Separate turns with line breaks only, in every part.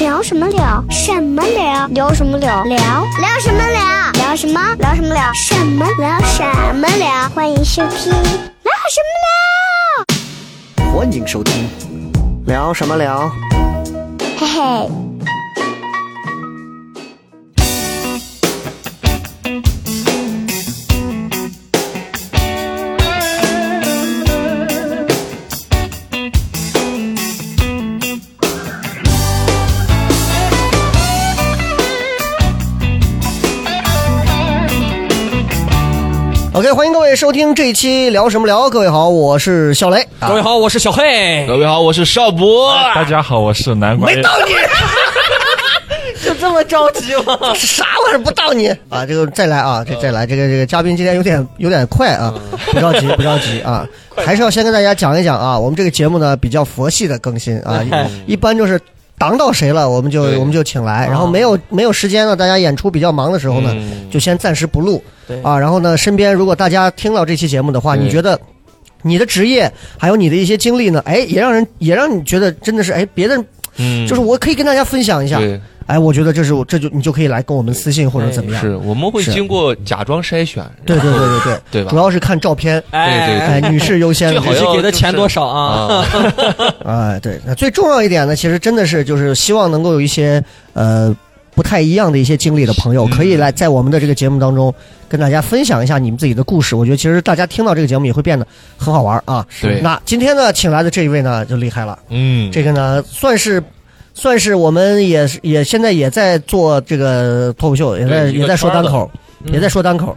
聊什么聊？什么聊？聊什么聊？聊聊什么聊？聊什么？聊什么聊？什么聊？什么聊？欢迎收听聊什么
欢迎收听。聊什么聊？
聊？嘿嘿，
OK，欢迎各位收听这一期聊什么聊。各位好，我是小雷。啊
各位好，我是小黑。
各位好，我是邵博。
哎大家好，我是南瓜。
哎没到你，
就这么着急吗？
啥玩意儿不到你啊？这个再来啊，这再来，这个这个嘉宾今天有点有点快啊，不着急不 着急啊，还是要先跟大家讲一讲啊，我们这个节目呢比较佛系的更新啊，一一般就是。挡到谁了，我们就
对
我们就请来，然后没有没有时间呢，大家演出比较忙的时候呢，就先暂时不录
对
啊。然后呢，身边如果大家听到这期节目的话，你觉得你的职业还有你的一些经历呢，哎，也让人也让你觉得真的是哎，别人
嗯
就是我可以跟大家分享一下，
对，
哎，我觉得这是我这就你就可以来跟我们私信或者怎
哎
么样，
哎是我们会
是
经过假装筛选，
对对对对对，
对吧
主要是看照片，
对对
哎，女士优先
最好
你
要
是给的钱多少啊？
啊，
哎，对，那最重要一点呢，其实真的是就是希望能够有一些呃不太一样的一些经历的朋
嗯
友，可以来在我们的这个节目当中跟大家分享一下你们自己的故事。我觉得其实大家听到这个节目也会变得很好玩啊。
对
那今天呢，请来的这一位呢就厉害了，
嗯，
这个呢算是。算是我们也是也现在也在做这个脱口秀，也在
对一个
也在说单口，
嗯
也在说单口。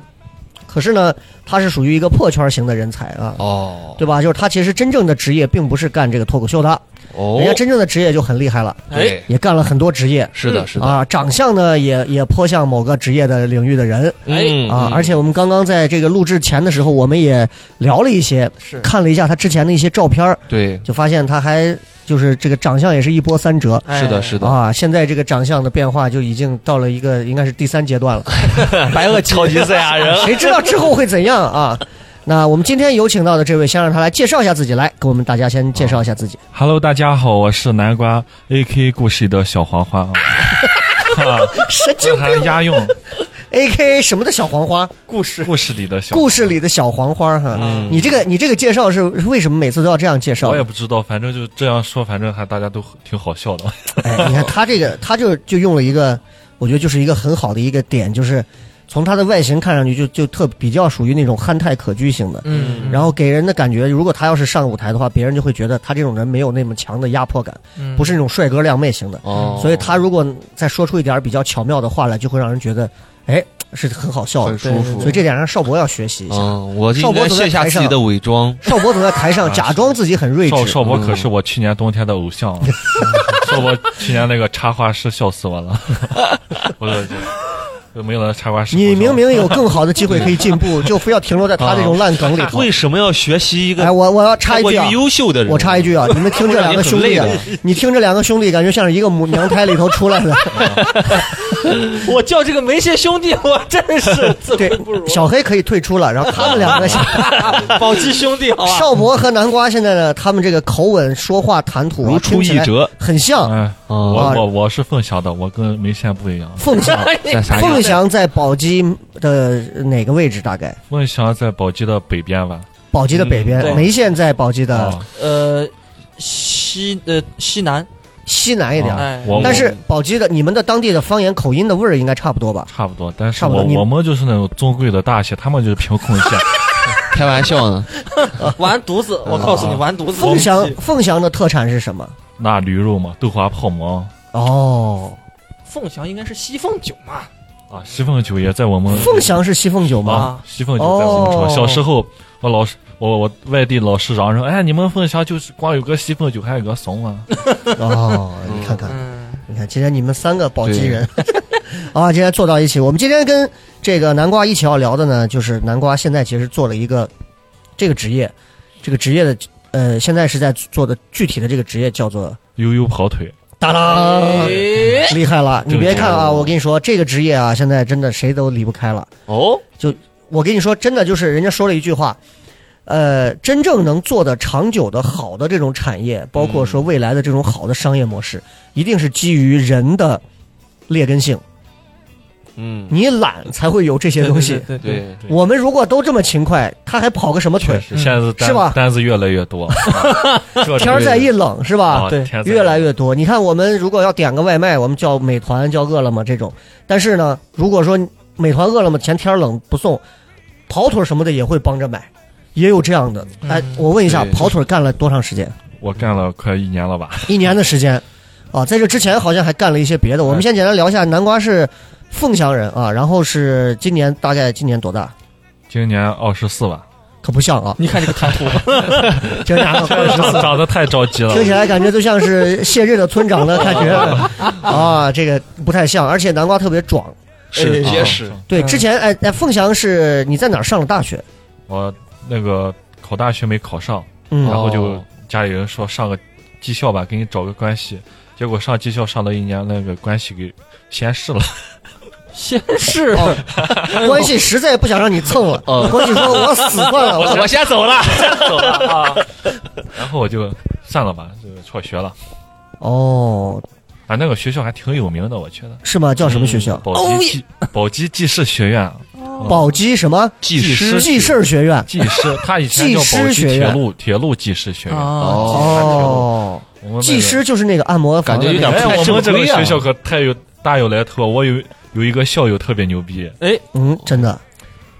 可是呢，他是属于一个破圈型的人才啊，
哦
对吧？就是他其实真正的职业并不是干这个脱口秀的，
哦
人，家真正的职业就很厉害了，
哎
对，
也干了很多职业
是的，是的，
啊，长相呢也也颇像某个职业的领域的人
嗯
啊。而且我们刚刚在这个录制前的时候，我们也聊了一些，
是
看了一下他之前的一些照片儿，
对，
就发现他还就是这个长相也是一波三折。
是的，是的，
啊，现在这个长相的变化就已经到了一个应该是第三阶段了，
白垩超级赛亚人。
谁知道之后会怎样啊？那我们今天有请到的这位，先让他来介绍一下自己，来给我们大家先介绍一下自己。
Hello，大家好，我是南瓜 AK 故事的小黄花啊。哈，
神经
这还押 韵，
A K 什么的小黄花，
故事故事里的小，
故事里的小黄花哈。你这个你这个介绍是是为什么每次都要这样介绍
嗯我？也不知道，反正就这样说，反正还大家都挺好笑的。
哎，你看他这个，他就就用了一个，我觉得就是一个很好的一个点，就是从他的外形看上去就就特比较属于那种憨态可掬型的。
嗯，
然后给人的感觉，如果他要是上舞台的话，别人就会觉得他这种人没有那么强的压迫感，
嗯
不是那种帅哥靓妹型的。
嗯哦，
所以他如果再说出一点儿比较巧妙的话来，就会让人觉得，哎，是很好笑的
很。舒服
所以。这点上邵博要学习一下。
嗯，我
邵
应
博
该
走在
卸下
台
自
上
己的伪装。啊
邵博总在台 上假装自己很睿智
邵，邵博
嗯
可是我去年冬天的偶像啊， 邵博去年那个插画师笑死我了， 我的天，没有那插画师。
你明明有更好的机会可以进 步，就非要停留在他这种烂梗里 头。
为什么要学啊习一
哎，
个
我我要插
太
一
过
句
于
啊，
优秀的人？
我插一句啊，你们听这两个兄弟啊
我让你很，
你听这两个兄弟，感觉像是一个母娘胎里头出来的。
我叫这个梅谢兄弟， 我真是自
对
愧不如。，
小黑可以退出了，然后他们 两个现在，
宝鸡兄弟，好吧？
邵博和南瓜现在呢，他们这个口吻、说话、谈吐啊
如出一，
听起来啊
辙。
很像
嗯，
哦
我我我是凤翔的，我跟梅县不一样。
凤翔。
哎
在啥
凤翔在宝鸡的哪个位置？大概
凤翔在宝鸡的北边吧。
宝鸡的北
嗯对
边，眉县在宝鸡的
哦
啊，
呃，西呃西南，
西南一点儿。
哎
啊
哦
我
但是宝鸡的你们的当地的方言口音的味儿应该差不多吧？
差不多，但是
差不多
我
你
我们就是那种尊贵的大写，他们就是贫困县。
开玩笑呢，
完犊子！我告诉你，
啊
完犊子！
凤翔凤翔的特产是什么？
那驴肉嘛，豆花泡馍
哦，
凤翔应该是西凤酒嘛？
啊，西凤酒也在我
嗯
们
凤翔是西凤酒吗？
啊，西凤酒在我们城。
哦
小时候，我老师，我我外地老师嚷嚷，哎，你们凤翔就是光有个西凤酒，还有个怂啊。
哦，你看看，
嗯，
你看，今天你们三个宝鸡人 啊，今天坐到一起。我们今天跟这个南瓜一起要聊的呢，就是南瓜现在其实做了一个这个职业，这个职业的呃，现在是在做的具体的这个职业叫做
悠悠跑腿，
哒啦，
哎
厉害了！你别看啊，
这个
我跟你说，这个职业啊，现在真的谁都离不开了。
哦，
我跟你说，真的就是人家说了一句话，呃，真正能做的长久的好的这种产业，包括说未来的这种好的商业模式，一定是基于人的劣根性。
嗯，
你懒才会有这些东西。
对
对
对，
我们如果都这么勤快，他还跑个什么腿
确？实，现在是单
是吧
单子越来 越多，啊这
天儿再一冷，是吧？
啊
对
天儿再一
越来越多。你看，我们如果要点个外卖，我们叫美团、叫饿了么这种。但是呢，如果说美团、饿了么前天儿冷不送，跑腿儿什么的也会帮着买，也有这样的。哎，我问一下，
对
跑腿儿干了多长时间？
我干了快一年了吧？
一年的时间啊，在这之前好像还干了一些
哎
别的。我们先简单聊一下，南瓜是凤翔人啊，然后是今年大概今年多大？
今年二十四吧，
可不像啊，
你看这个谈吐，
这俩 个啊二十四。
长得太着急了。
听起来感觉就像是卸任的村长的感觉啊，这个不太像，而且南瓜特别壮。
是
哎
啊
结实，
对，
嗯
之前哎哎，凤翔是你在哪儿上的大学？
我那个考大学没考上，
嗯，
然后就
哦
家里人说上个技校吧，给你找个关系。结果上技校上了一年，那个关系给闲释了。
先是
哦 关系实在不想让你蹭了，
哦
关系说我死算了， 我
我先走了。
走了啊，
然后我就算了吧，就辍学了。
哦，
啊，那个学校还挺有名的，我觉得。嗯
是吗？叫啊什么学校？
宝鸡技宝鸡技师学院，
宝鸡什么
技
师
记事儿学院？
技师，他以前叫宝
技师
鸡
学
铁
院
路铁路技师学院。
哦
哦，
我们那
啊技
个
师就是那个按摩房的那个，
感觉有点
哎，我
啊
们这个学校
正
可太有大有来头。我有有一个校友特别牛逼，
嗯，真的。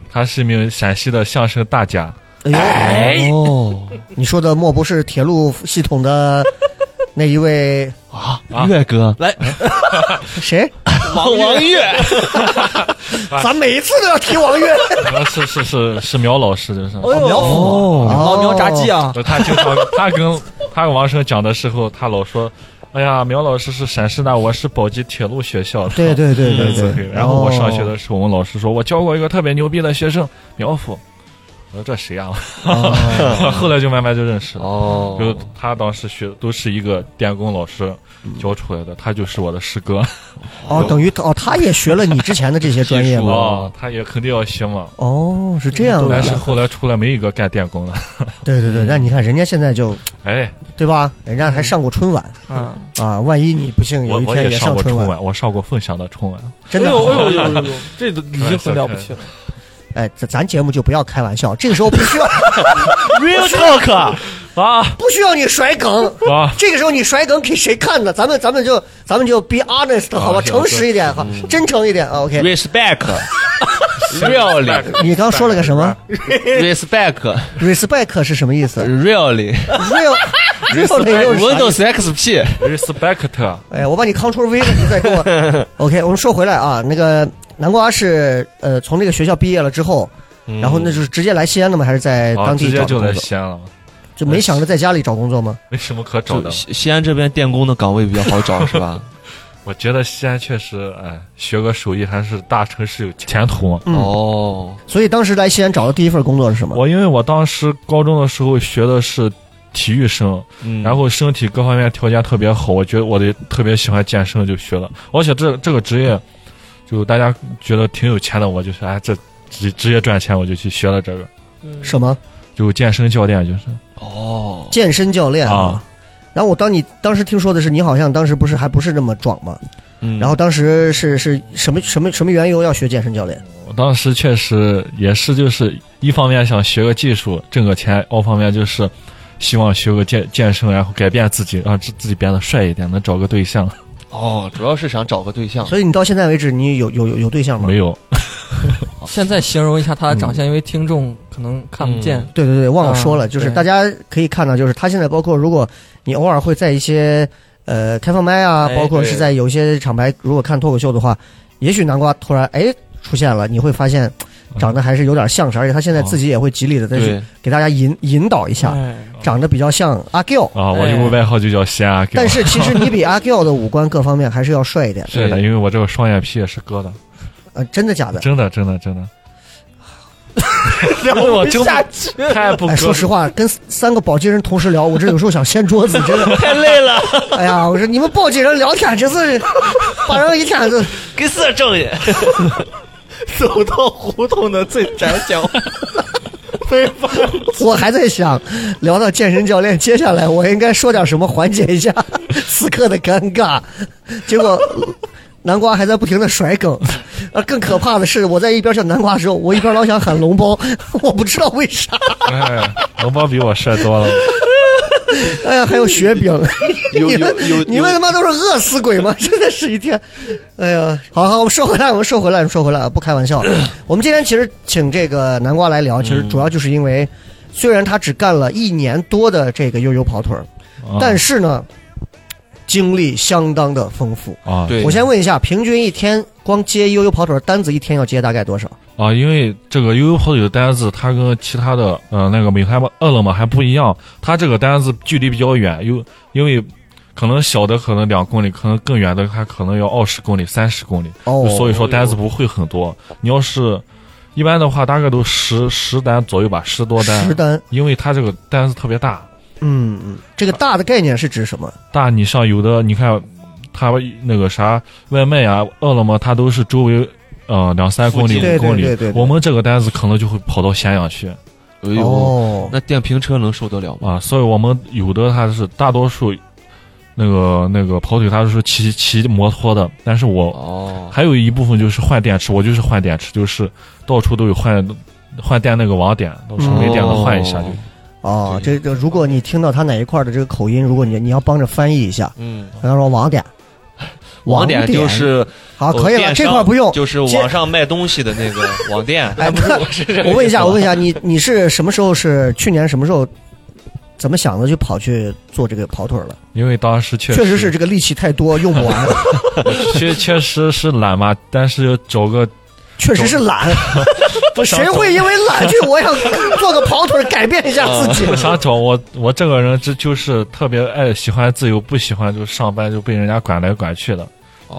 他是一名陕西的相声大家，
哎呦，哦，你说的莫不是铁路系统的那一位
啊
啊，
岳哥，
谁？
王王岳，
啊
咱每一次都要提 王岳。
然后啊是是是是苗哦老师，就是
哎呦，
苗圃
哦老苗炸鸡啊，
他经常他跟他跟王生讲的时候，他老说。哎呀，苗老师是陕师大，我是宝鸡铁路学校的。
对对对对
嗯
哦
对
对。
然后我上学的时候，我们老师说我教过一个特别牛逼的学生苗阜，我说这谁啊？
哦，
后来就慢慢就认识了。
哦
就他当时学都是一个电工老师
嗯
教出来的，他就是我的师哥。
哦，等于哦，他也学了你之前的这些专业吗？
哦，他也肯定要学嘛。
哦，是这样
但是嗯
的。
后来出来没一个干电 工的，
对对对，那你看人家现在就
哎，
对吧？人家还上过春晚
嗯，
啊，万一你不幸
我
有一
我
天
上
上
过春
晚，
晚，我上过凤翔的春晚，
真的啊
哎。呦哎呦哎呦哎呦，这都已经很了不起了。
哎，咱咱节目就不要开玩笑，这个时候不 需要
Real talk，
啊
不需要你甩梗。
啊！
这个时候你甩梗给谁看呢？咱们咱们就咱们就 be honest 好吧，
啊嗯是的
诚实一点哈，真诚一点啊。OK，
，respect，really，respect，really，
你刚说了个什么？respect 是什么意思 ？real real 又是啥意思
Windows XP，
respect，
哎呀，我把你 Ctrl V 了，你再给 我。OK，我们说回来啊，那个南瓜是呃从这个学校毕业了之后，然后那就是直接来西安的吗？还是在
啊，
哎当
直
地找的
接就
工
来
作？
西安了嘛，
就没想着在家里找工作吗？
没什么可找
就
的。
西西安这边电工的岗位比较好找，是吧？
我觉得西安确实，哎，学个手艺还是大城市有前途。
嗯
哦，
所以当时来西安找的第一份工作是什么？
我因为我当时高中的时候学的是体育生，
嗯
然后身体各方面条件特别好，我觉得我得特别喜欢健身，就学了。而且这这个职业，就大家觉得挺有钱的，我就是哎，这职职业赚钱，我就去学了这个，
什
啊
么
就健身教练，就是
哦，
健身教练
啊？
然后我当你当时听说的是你好像当时不是还不是那么壮吗？
嗯
然后当时是是什么什么什么缘由要学健身教练？
我当时确实也是，就是一方面想学个技术挣个钱，二方面就是希望学个健健身，然后改变自己，让自自己变得帅一点，能找个对象。
哦，主要是想找个对象，
所以你到现在为止你有有有有对象吗
没？有，
现在形容一下他的长相，因为听众可能看不见。
对对对，忘了说了，
嗯
就是
对
大家可以看到，就是他现在包括如果你偶尔会在一些呃开放麦啊，
哎
包括是在有些厂牌，如果看脱口秀的话，也许南瓜突然哎出现了，你会发现长得还是有点像是，而且他现在自己也会极力的再去
对，
给大家引引导一下，
哎
长得比较像阿 Giao，
啊，我有个外号就叫西安。
哎但是其实你比阿 Giao 的五官各方面还是要帅一点，
是的，因为我这个双眼皮也是割的，
呃，真的假的？
真的，真的，真的。我真
下
不太不
哎，
割
说实话，跟三个宝鸡人同时聊，我这有时候想掀桌子，真的。
太累了，
哎呀，我说你们宝鸡人聊天真是， 把人一天都。
跟色正人。
走到胡同的最窄角，
非凡。
我还在想，聊到健身教练，接下来我应该说点什么缓解一 下此刻的尴尬。结果南瓜还在不停的甩梗，而更可怕的是，我在一边叫南瓜的时候，我一边老想喊龙包，我不知道为啥。
哎，龙包比我帅多了。
哎呀，还有雪饼，
有
你们
有有
你们他妈都是饿死鬼吗？真的是一天，哎呀，好好，我们说回来，我们说回来，我们说回来，啊不开玩笑。我们今天其实请这个南瓜来聊，其实
嗯
主要就是因为，虽然他只干了一年多的这个悠悠跑腿儿，
啊
但是呢，经历相当的丰富。
啊，
对
我先问一下，平均一天光接悠悠跑腿儿单子一天要接大概多少？
啊，因为这个悠悠跑腿的单子，它跟其他的呃那个美团饿了么还不一样，它这个单子距离比较远，又因为可能小的可能两公里，可能更远的它可能要二十公里、三十公里，
哦，
所以说单子不会很多。你要是一般的话，大概都十十单左右吧，十多单
十，单，
因为它这个单子特别大，
嗯嗯，这个大的概念是指什么？
大你像有的你看，它那个啥外卖啊、饿了么，它都是周围。呃，两三公里、
附
近
五公里
对对对对，对
我们这个单子可能就会跑到咸阳去。
哎呦，
哦，
那电瓶车能受得了吗？
啊，所以我们有的他是大多数，那个那个跑腿他是骑骑摩托的，但是我
哦，
还有一部分就是换电池，我就是换电池，就是到处都有换换电那个网点，到处没电了换一下就。
哦，这这，如果你听到他哪一块儿的这个口音，如果你你要帮着翻译一下，
嗯，
比方说网 点，
网
点
点就是哦
好，可以
电
了，
商
这块儿不用。
就是网上卖东西的那个 网店。
哎，不
是这个意思吧
我问一下，我问一下，你你是什么时候是去年什么时候，怎么想的就跑去做这个跑腿儿了？
因为当时确
确实
实
是这个力气太多，用不完，
确确实是懒嘛，但是要 找个
确实是懒。
不想
谁
找
会因为懒去我要做个跑腿儿改变一下自己？
不想找我，我这个人这就是特别爱喜欢自由，不喜欢就上班就被人家管来管去的，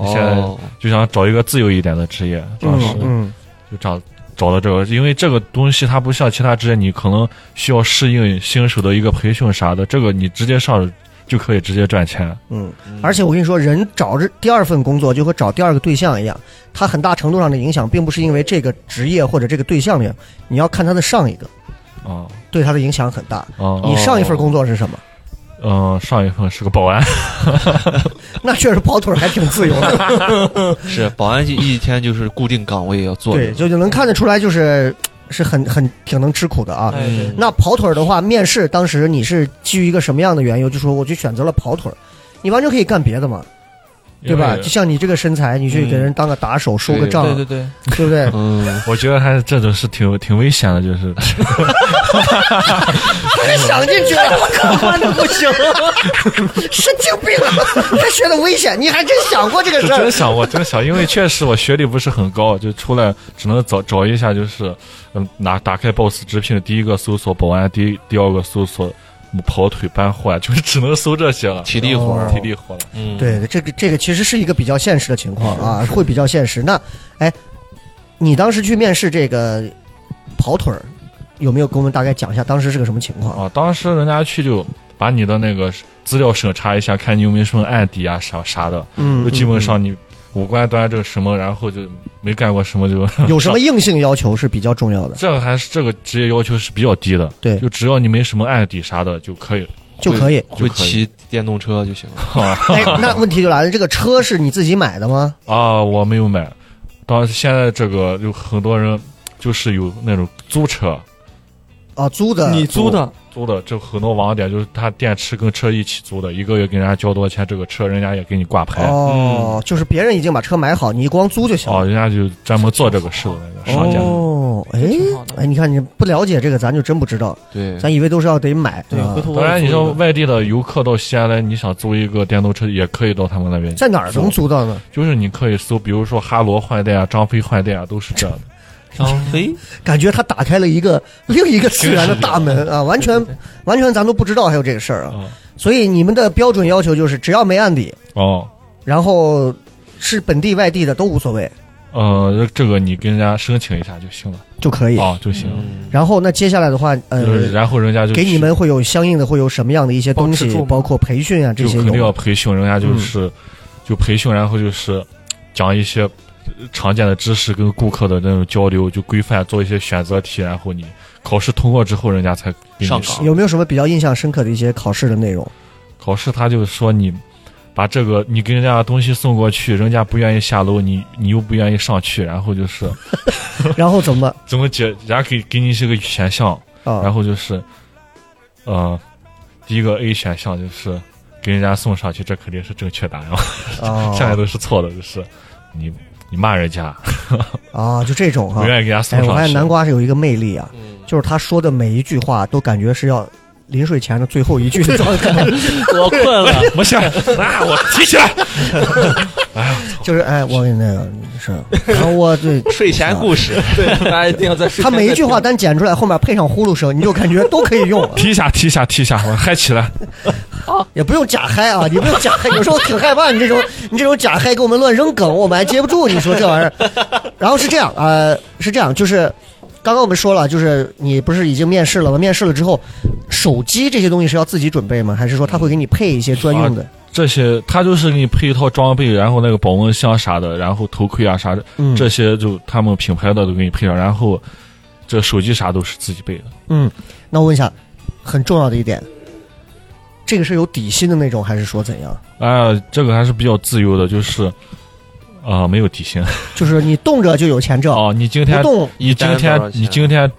现在
哦，
就想找一个自由一点的职业。当时
嗯嗯，
就找找到这个，因为这个东西它不像其他职业，你可能需要适应新手的一个培训啥的，这个你直接上就可以直接赚钱。
嗯，而且我跟你说，人找这第二份工作就和找第二个对象一样，他很大程度上的影响，并不是因为这个职业或者这个对象的，你要看他的上一个
啊
对他的影响很大。
啊
你上一份工作是什么？
嗯、上一份是个保安，
那确实跑腿儿还挺自由的，
是保安一一天就是固定岗位要做的。
对，就就能看得出来，就是是很很挺能吃苦的啊。
哎对
那跑腿儿的话，面试当时你是基于一个什么样的缘由，就说我就选择了跑腿儿，你完全可以干别的嘛，对吧？
因
就
为
像你这个身材，你去给人当个打手、收个账，
嗯对对，
对不对？
嗯，
我觉得还是这种是挺挺危险的，就是
还想进去了，我靠，妈的不行了， 神经病啊！还觉得危险，你还真想过这个
是
事儿
真？想我真想，因为确实我学历不是很高，就出来只能找找一下，就是嗯拿打开 boss 直聘第一个搜索保安，第第二个搜索跑腿搬货啊，就是只能搜这些了，
体力活儿
哦
体力活了。
嗯，
对，这个这个其实是一个比较现实的情况啊，会比较现实。那哎，你当时去面试这个跑腿儿，有没有给我们大概讲一下当时是个什么情况？
啊，当时人家去就把你的那个资料审查一下，看你有没有什么案底啊啥啥的，
嗯
就基本上你五官端正什么，然后就没干过什么就
有什么硬性要求是比较重要的，
这个还是这个职业要求是比较低的，
对
就只要你没什么案底啥的就可以了。
就可 以。
会骑电动车就行了。
哎，那问题就来了，这个车是你自己买的吗？
啊，我没有买，当时现在这个有很多人就是有那种租车
啊，租的。
你租的
租的，就很多网点就是他电池跟车一起租的，一个月给人家交多少钱，这个车人家也给你挂牌。
嗯
哦，就是别人已经把车买好，你光租就行
哦，
了。
人家就专门做这个事的那个商家。
哦，哎
挺好的
哎，你看你不了解这个，咱就真不知道，
对，
咱以为都是要得买。
对，
啊
回头我
当然，
也租
你
一
说
个
外地的游客到西安来，你想租一个电动车，也可以到他们那边。
在哪儿能？租到呢？
就是你可以搜，比如说哈罗换代啊、张飞换代啊，都是这样的。
张
哎
飞，
感觉他打开了一个另一个次元的大 门啊，完全完全咱都不知道还有这个事儿啊。
嗯
所以你们的标准要求就是只要没案底，
哦，
然后是本地外地的都无所谓
呃，这个你跟人家申请一下就行了，
就可以。
哦就行了。
嗯，
然后那接下来的话，
就
呃，
是然后人家就
给你
去
们会有相应的会有什么样的一些东
包吃
西
住，吗
包括培训啊这
就
些
肯定要
有。嗯
培训，人家就是就培训，然后就是讲一些常见的知识跟顾客的那种交流，就规范做一些选择题，然后你考试通过之后，人家才给你
上
试
岗
有没有什么比较印象深刻的一些考试的 内容？
考试他就说你把这个你给人家东西送过去，人家不愿意下楼，你你又不愿意上去，然后就是
然后怎么
怎么解？人家给给你是个选项，然
啊？
后就是，呃，第一个 A 选项就是给人家送上去，这肯定是正确答案，
啊
剩下都是错的，就是你你骂人家，
啊，就这种
不
哈。
愿意给人家送
哎，我
上
发现
去。
南瓜是有一个魅力啊，
嗯，
就是他说的每一句话都感觉是要临睡前的最后一句的状 态，
我困了，
啊不行， 那我提起来。
就是哎，我跟那个是，然后我 对
睡前故事，
对，大家一定要在 睡前
他每一句话单剪出来，后面配上呼噜声，你就感觉都可以用，
踢一下，踢一下，踢一下，我嗨起来！
也不用假嗨啊， 你不用假嗨，有时候挺害怕你这种你这种假嗨给我们乱扔梗，我们还接不住，你说这玩意 儿。然后是这样，呃，是这样，就是刚刚我们说了，就是你不是已经面试了吗？面试了之后，手机这些东西是要自己准备吗？还是说他会给你配一些专用的？
这些他就是给你配一套装备，然后那个保温箱啥的，然后头盔啊啥的，
嗯，
这些就他们品牌的都给你配上，然后这手机啥都是自己备的。
嗯，那我问一下，很重要的一点，这个是有底薪的那种，还是说怎样？
啊、这个还是比较自由的，就是啊、没有底薪
就是你动着就有钱挣，
哦。你今
不
天
动
你今天
一单多少钱啊
你今天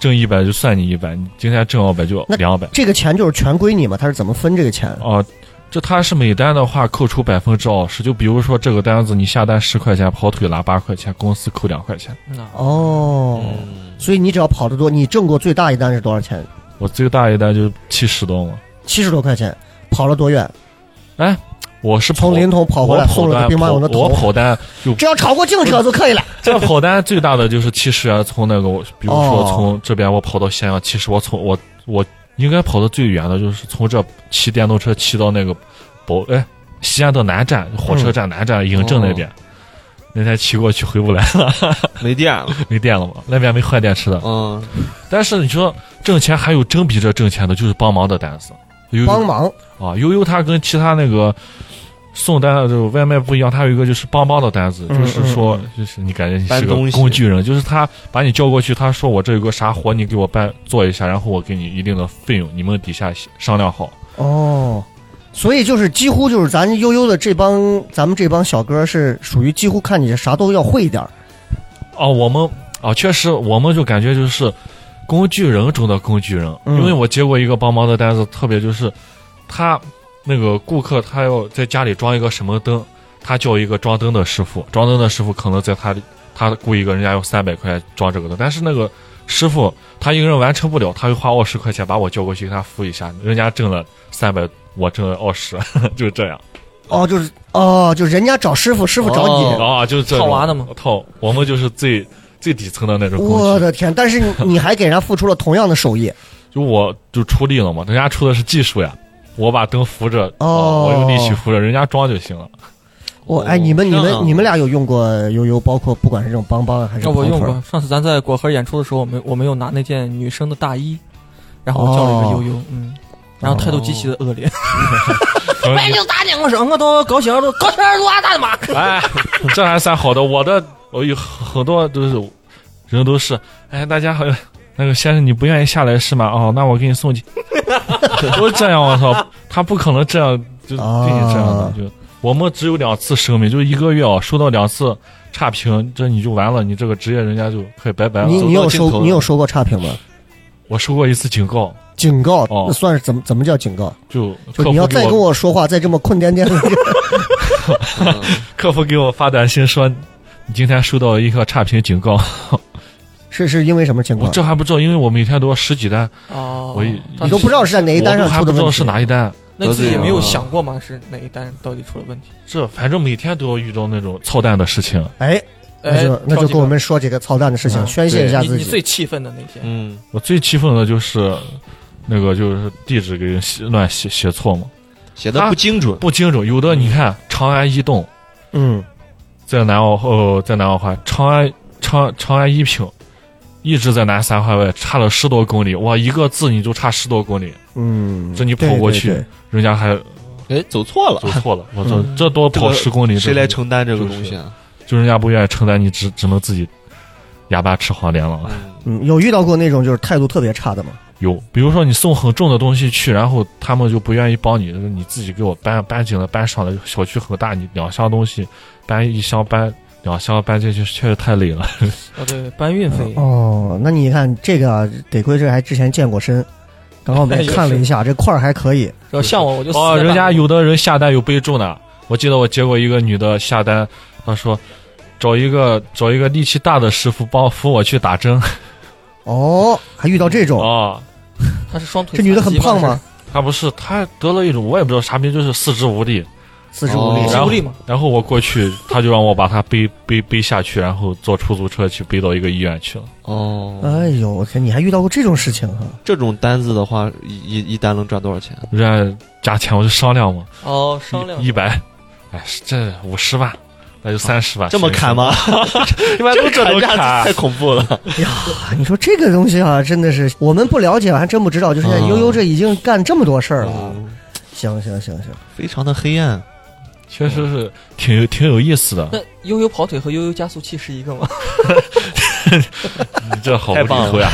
挣一百就算你一百，你今天挣二百就
那
两百
这个钱就是全归你嘛？他是怎么分这个钱？
哦。这它是每单的话扣除百分之二十，就比如说这个单子你下单十块钱，跑腿拿八块钱，公司扣两块钱。
嗯
哦，
嗯，
所以你只要跑得多，你挣过最大一单是多少钱？
我最大一单就七十多嘛。
七十多块钱，跑了多远？
我是跑
从临潼跑回来，
我跑
送了个
单
兵马俑的
跑我
头。
跑单就
只要超过净车就可以 了。
这跑单最大的就是七十元，从那个我，比如说
哦
从这边我跑到咸阳，其实我从我我应该跑的最远的就是从这骑电动车骑到那个宝哎西安的南站火车站南站嬴政那边，那天骑过去回不来了，
没电了，
没电了嘛，那边没换电池的。
嗯，
但是你说挣钱还有真比这挣钱的，就是帮忙的单子，悠悠
帮忙
啊，悠悠它跟其他那个送单的这种外卖不一样，它有一个就是帮帮的单子，
嗯
就是说，就是你感觉你是
搬东
个
西
工具人，就是他把你叫过去，他说我这有个啥活，你给我办做一下，然后我给你一定的费用，你们底下商量好。
哦，所以就是几乎就是咱悠悠的这帮咱们这帮小哥是属于几乎看你啥都要会一点儿
哦，我们啊，确实，我们就感觉就是工具人中的工具人，
嗯
因为我接过一个帮忙的单子，特别就是他那个顾客他要在家里装一个什么灯，他叫一个装灯的师傅，装灯的师傅可能在他他雇一个人家要三百块钱装这个灯，但是那个师傅他一个人完成不了，他又花二十块钱把我叫过去给他服务一下，人家挣了三百，我挣了二十， 就是这样
哦，就是哦，就是人家找师傅，师傅找你。
哦
啊，就是这种
套娃的吗？
套，我们就是最最底层的那种工具。
我的天！但是你你还给人家付出了同样的手艺
就我就出力了嘛，人家出的是技术呀，我把灯扶着，
哦
我用力气扶着，人家装就行了。
我
哦
哎，你们你
这样
们
啊
你们俩有用过悠悠，包括不管是这种帮帮啊还是
那我
跑
用
腿儿
过，上次咱在果核演出的时候，我们我们又拿那件女生的大衣，然后我叫了一个
哦
悠悠，嗯，然后态度极呃其的恶劣，
可能
白就打两个手，我都搞醒都搞醒都阿呃啊大的妈！
哎，这还算好的，我的我有很多都是人都是，哎，大家好。那个先生，你不愿意下来是吗？哦，那我给你送去。 都这样，我操，他不可能这样，就
啊
对你这样的，就我们只有两次声明，就一个月啊，收到两次差评，这你就完了，你这个职业人家就可以拜拜了。
你
走
你
到
有
尽头
收
了
你有收过差评吗？
我收过一次警告，
警告，
哦
那算是怎么怎么叫警告？
就
就你
客服
要
给
再跟
我
我说话，再这么困颠颠的，
客服给我发短信说，你今天收到一个差评警告。
是是因为什么情
我
况？
这还不知道，因为我每天都要十几单，
哦，
我一
他
你都不知道是在哪一单
我
上
都还
出
不
的
知
问
道
题？
是哪一单。
那自己
啊
也没有想过吗？是哪一单到底出了问题？
这反正每天都要遇到那种操蛋的事情。
哎，那
呃
哎
就那
挑
就
几
跟
个
我们说几个操蛋的事情，
嗯
宣泄一下
你
自
你最
己。
气愤的那天，
嗯，
我最气愤的就是，那个就是地址给人写乱写写错嘛，
写的不精准，
不精准。有的你看，长安一栋
嗯，
在南澳呃在南澳环，长安长长安一品一直在南三环外，差了十多公里。哇，一个字你就差十多公里，
嗯，
这你跑过去
对对对
人家还
哎，走错了
走，错了。我操
嗯，
这多
这
跑
个
十公里，
嗯谁
这
来承担这个
就是
东西啊？
就人家不愿意承担，你只只能自己哑巴吃黄连了。
嗯，有遇到过那种就是态度特别差的吗？
有，比如说你送很重的东西去，然后他们就不愿意帮你，就是你自己给我搬搬紧了，搬上了。小区很大，你两箱东西搬一箱搬两箱搬进去，确实太累了。
哦对，搬运费，
哦，那你看这个啊，得亏这还之前健过身，刚刚我
哎
们也看了一下，这块儿还可以。
要像我我就死
哦，
了
人家有的人下单有备注呢。我记得我接过一个女的下单，她说找一个找一个力气大的师傅帮扶我去打针。
哦，还遇到这种，
哦，
他是双腿，
这女的很胖吗？？
她不是，她得了一种我也不知道啥病，就是四肢无力。
四肢无力
哦
肌
然后
无力嘛，
然后我过去，她就让我把她背背背下去，然后坐出租车去背到一个医院去了。
哦，
哎呦，我天！你还遇到过这种事情哈、啊
这种单子的话，一一一单能赚多少钱？
人家加钱我就商量嘛，
哦，商量
一一百，哎，这五十万，那就三十万。
这么砍
吗？
吗？
一般都这
砍
种
价
砍
太。恐怖了。
啊你说这个东西啊，真的是我们不了解，还真不知道。就是
嗯
悠悠这已经干这么多事儿了。
嗯
行行行行，
非常的黑暗，
确实是挺有挺有意思 的。
那悠悠跑腿和悠悠加速器是一个吗？
你这好无
太
厘
棒了
头呀！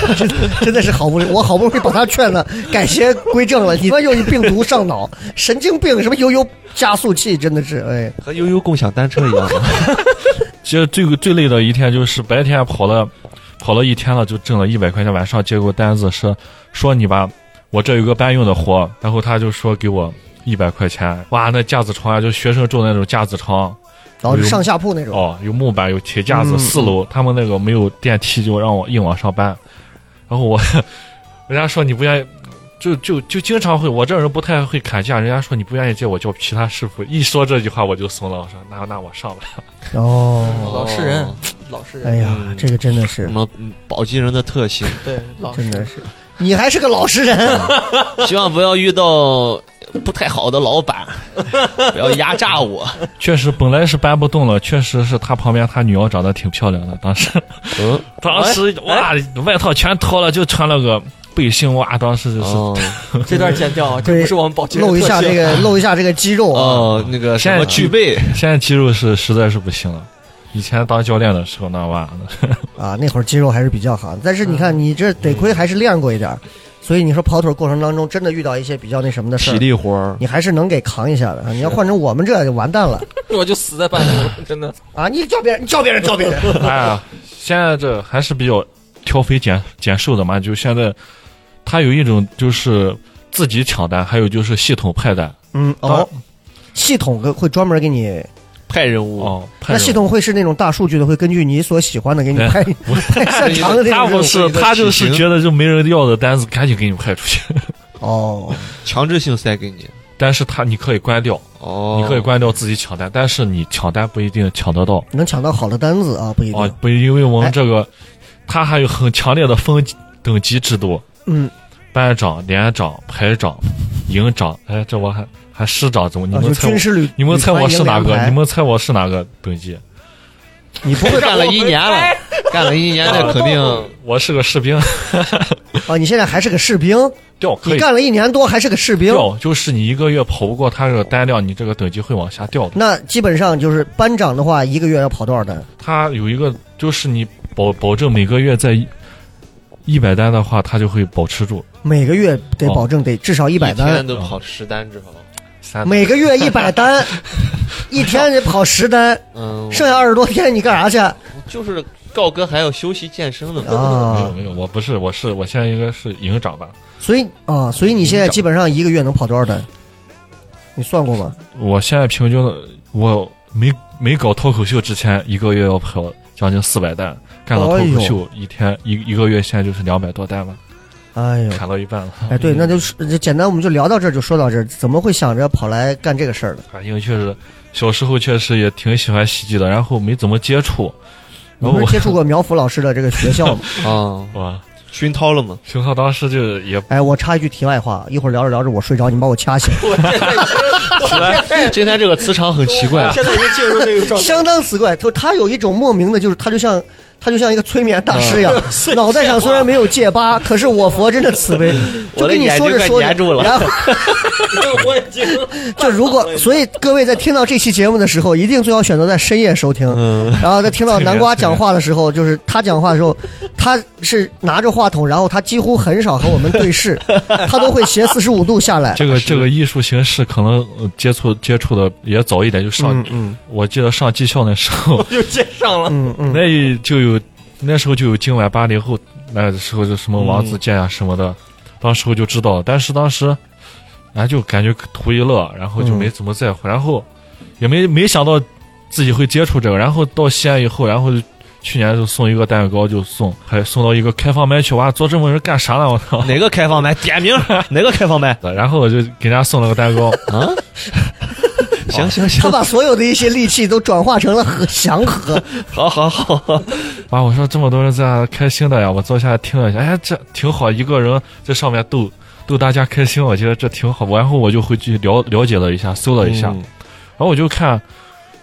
真的是好不容易，我好不容易把他劝了，改邪归正了。你说又一病毒上脑，神经病，什么悠悠加速器，真的是哎。
和悠悠共享单车一 样的。
其实最最累的一天就是白天跑了跑了一天了，就挣了一百块钱，晚上接过单子说说你吧，我这有个搬运的活，然后他就说给我一百块钱，哇，那架子床啊，就学生住的那种架子床，
然后上下铺那种，
哦，有木板，有铁架子，
嗯
四楼他们那个没有电梯，就让我硬往上搬。然后我， 人家说你不愿意，就就就经常会，我这人不太会砍价，人家说你不愿意接，我叫其他师傅。一说这句话我就怂了，我说那那我上吧。
哦，
老实人，老实人，
哎呀，这个真的是
什，么嗯宝鸡人的特性，
对，老实
真的是，你还是个老实人，
希望不要遇到不太好的老 板，不要压榨我。
确实，本来是搬不动了，确实是他旁边他女儿长得挺漂亮的，当时
嗯，
当时哇，
哎
外套全脱了，就穿了个背心，哇，当时就是。
哦
这段剪掉啊，这不是我们保洁的
露一下
特
这
性
个露一下这个肌肉啊，
哦，那个什
现
么
在
具备，
现在肌肉是实在是不行了，以前当教练的时候那哇，
啊，那会儿肌肉还是比较好，但是你看你这得亏还是练过一点儿，所以你说跑腿过程当中真的遇到一些比较那什么的事
体
儿，
力活儿。
你还是能给扛一下的。啊你要换成我们这就完蛋了
我就死在半路，真的。
啊！你叫别人，你叫别人，叫别 人。
哎呀，现在这还是比较挑肥拣拣瘦的嘛。就现在，他有一种就是自己抢单，还有就是系统派单。
嗯，哦，系统会会专门给你，
派任务，
哦，派
那系统会是那种大数据的，会根据你所喜欢的给你
哎
派派擅长的那
他
种任
不
务。
是，他就
体
是
型
觉得就没人要的单子，赶紧给你派出去。
哦，
强制性塞给你。
但是他你可以关掉，
哦，
你可以关掉自己抢单，但是你抢单不一定抢得到
能抢到好的单子啊，不一
啊
定。，
不，因为我
哎
们这个，他还有很强烈的分等级制度，
嗯，
班长、连长、排长、营长，哎，这我还还师长怎么？你
啊，
们
就
猜
军
我？
事旅，
你们猜我是哪
旅团营
个？
盘
你们猜我是哪个等级？
你不会
干了一年
哎
了，干了一年，那肯定
我是个士兵，
啊？你现在还是个士兵，
掉可
你
以
干了一年多还是个士兵，
掉，就是你一个月跑不过他这个单量，你这个等级会往下掉的。
那基本上就是班长的话，一个月要跑多少单？
他有一个就是你保保证每个月在一百单的话，他就会保持住
每个月得保证得至少一
一
百单
天，都跑十单至少。
三。
每个月一百 单，一天得跑十单，
嗯，
剩下二十多天你干啥去
就是告哥还要休息健身的嘛。
没
啊
有？没有，我不是，我是我现在应该是营长吧？
所以啊，所以你
嗯
现在基本上一个月能跑多少单？你算过吗？
我现在平均的，我没没搞脱口秀之前，一个月要跑将近四百单，干了脱口秀一天一一个月，现在就是两百多单吧，
哎呦，
砍到一半了。
哎， 对，那就是就简单，我们就聊到这儿，就说到这儿，怎么会想着跑来干这个事儿的？
啊，因为确实小时候确实也挺喜欢喜剧的，然后没怎么接触，
你
哦
不
然后
是
我
接触过苗圃老师的这个学 校吗？
啊，
哇，
熏陶了嘛。
平常当时就也
哎，我插一句题外话，一会儿聊着聊着我睡着，你把我掐醒，
今天这个磁场很奇怪，
现在已经进入这个状态，
相当奇怪。就他有一种莫名的，就是他就像他就像一个催眠大师一样， 脑袋上虽然没有戒疤，可是我佛真的慈 悲，就
我的
跟你
眼
说
睛
着
快
说着，
粘住了
然后
我已经
就如果，所以各位在听到这期节目的时候，一定最好选择在深夜收听。然后在听到南瓜讲话的时候，就是他讲话的时候，他是拿着话筒，然后他几乎很少和我们对视，他都会斜四十五度下 来。
这个这个艺术形式可能呃接触接触的也早一点，就上、
嗯嗯
我记得上技校那 时候，
就接上了。
嗯嗯，
那就有那时候就有今晚八零后，那时候就什么王自健啊什么的，
嗯
当时候就知道，但是当时哎就感觉图一乐，然后就没怎么在
嗯
乎，然后也没没想到自己会接触这个，然后到西安以后，然后就去年就送一个蛋糕就送，还送到一个开放麦去，哇，做这么人干啥呢？我操！
哪个开放麦？点名 哪个开放麦？
然后我就给人家送了个蛋糕，
啊？行行
他
行，
把所有的一些戾气都转化成了和祥和。
好好 好，
哇！我说这么多人在开心的呀，我坐下来听了一下，哎，这挺好，一个人在上面逗逗大家开心，我觉得这挺好。然后我就回去了了解了一下，搜了一下，
嗯
然后我就看，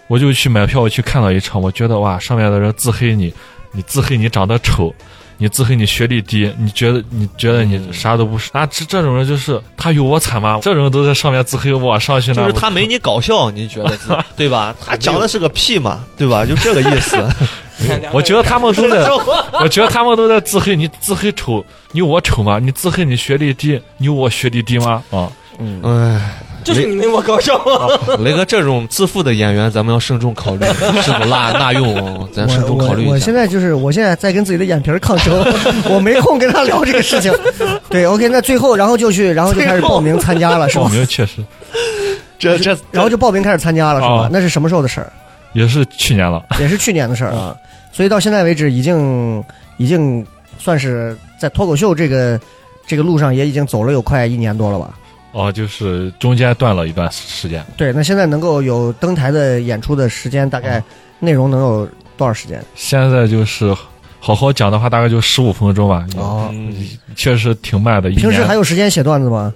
我就去买票去看了一场，我觉得哇，上面的人自黑你，你自黑你长得丑，你自黑你学历低，你觉得你觉得你
嗯
啥都不是，啊，这这种人就是他有我惨吗？这种人都在上面自黑我上去
就
呢，
是他没你搞笑，你觉得 自对吧？他讲的是个屁嘛，对吧？就这个意思。
我我觉得他们都在，我觉得他们都在自黑，你自黑丑，你有我丑吗？你自黑你学历低，你有我学历低吗？啊，
哎，
就是你那么搞笑吗？
雷哥这种自负的演员，咱们要慎重 考虑是否纳纳用，咱慎
我
重考虑
我我
一
现
下。
在就是我现在在跟自己的眼皮儿抗争，我没空跟他聊这个事情。对，OK，那最后然后就去，然后就开始报名参加了，是
报
吧？
名哦 确实
这这
然后就报名开始参加了，是吧
哦？
那是什么时候的事儿？
也是去年了，
也是去年的事儿啊，
嗯
所以到现在为止，已经已经算是在脱口秀这个这个路上也已经走了有快一年多了吧。
哦，就是中间断了一段时间，
对，那现在能够有登台的演出的时间，大
嗯
概内容能有多少时间？
现在就是好好讲的话，大概就十五分钟吧，
哦，
嗯
确实挺慢的。一
平时
年
还有时间写段子吗？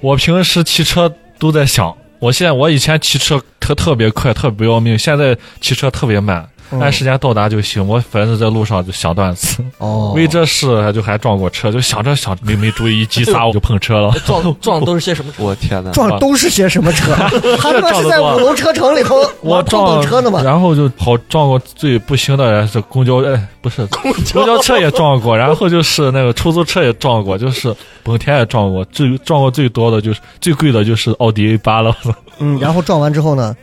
我平时骑车都在想，我现在我以前骑车特特别快，特别不要命，现在骑车特别慢，
嗯
按时间到达就行。我反正在路上就想段子。
哦，
为这事就还撞过车，就想着想着没没注意一急
哎
刹我就碰车了。
撞撞的都是些什么车？
我天哪！
啊
撞都是些什么 车？他他妈是在五龙车城里头
我
玩碰碰
撞
车呢吗？
然后就跑撞过最不行的人是公交，哎，不是公交车也撞过，然后就是那个出租车也撞过，就是本田也撞过，最撞过最多的就是最贵的就是奥迪 A 八了，
嗯，然后撞完之后呢，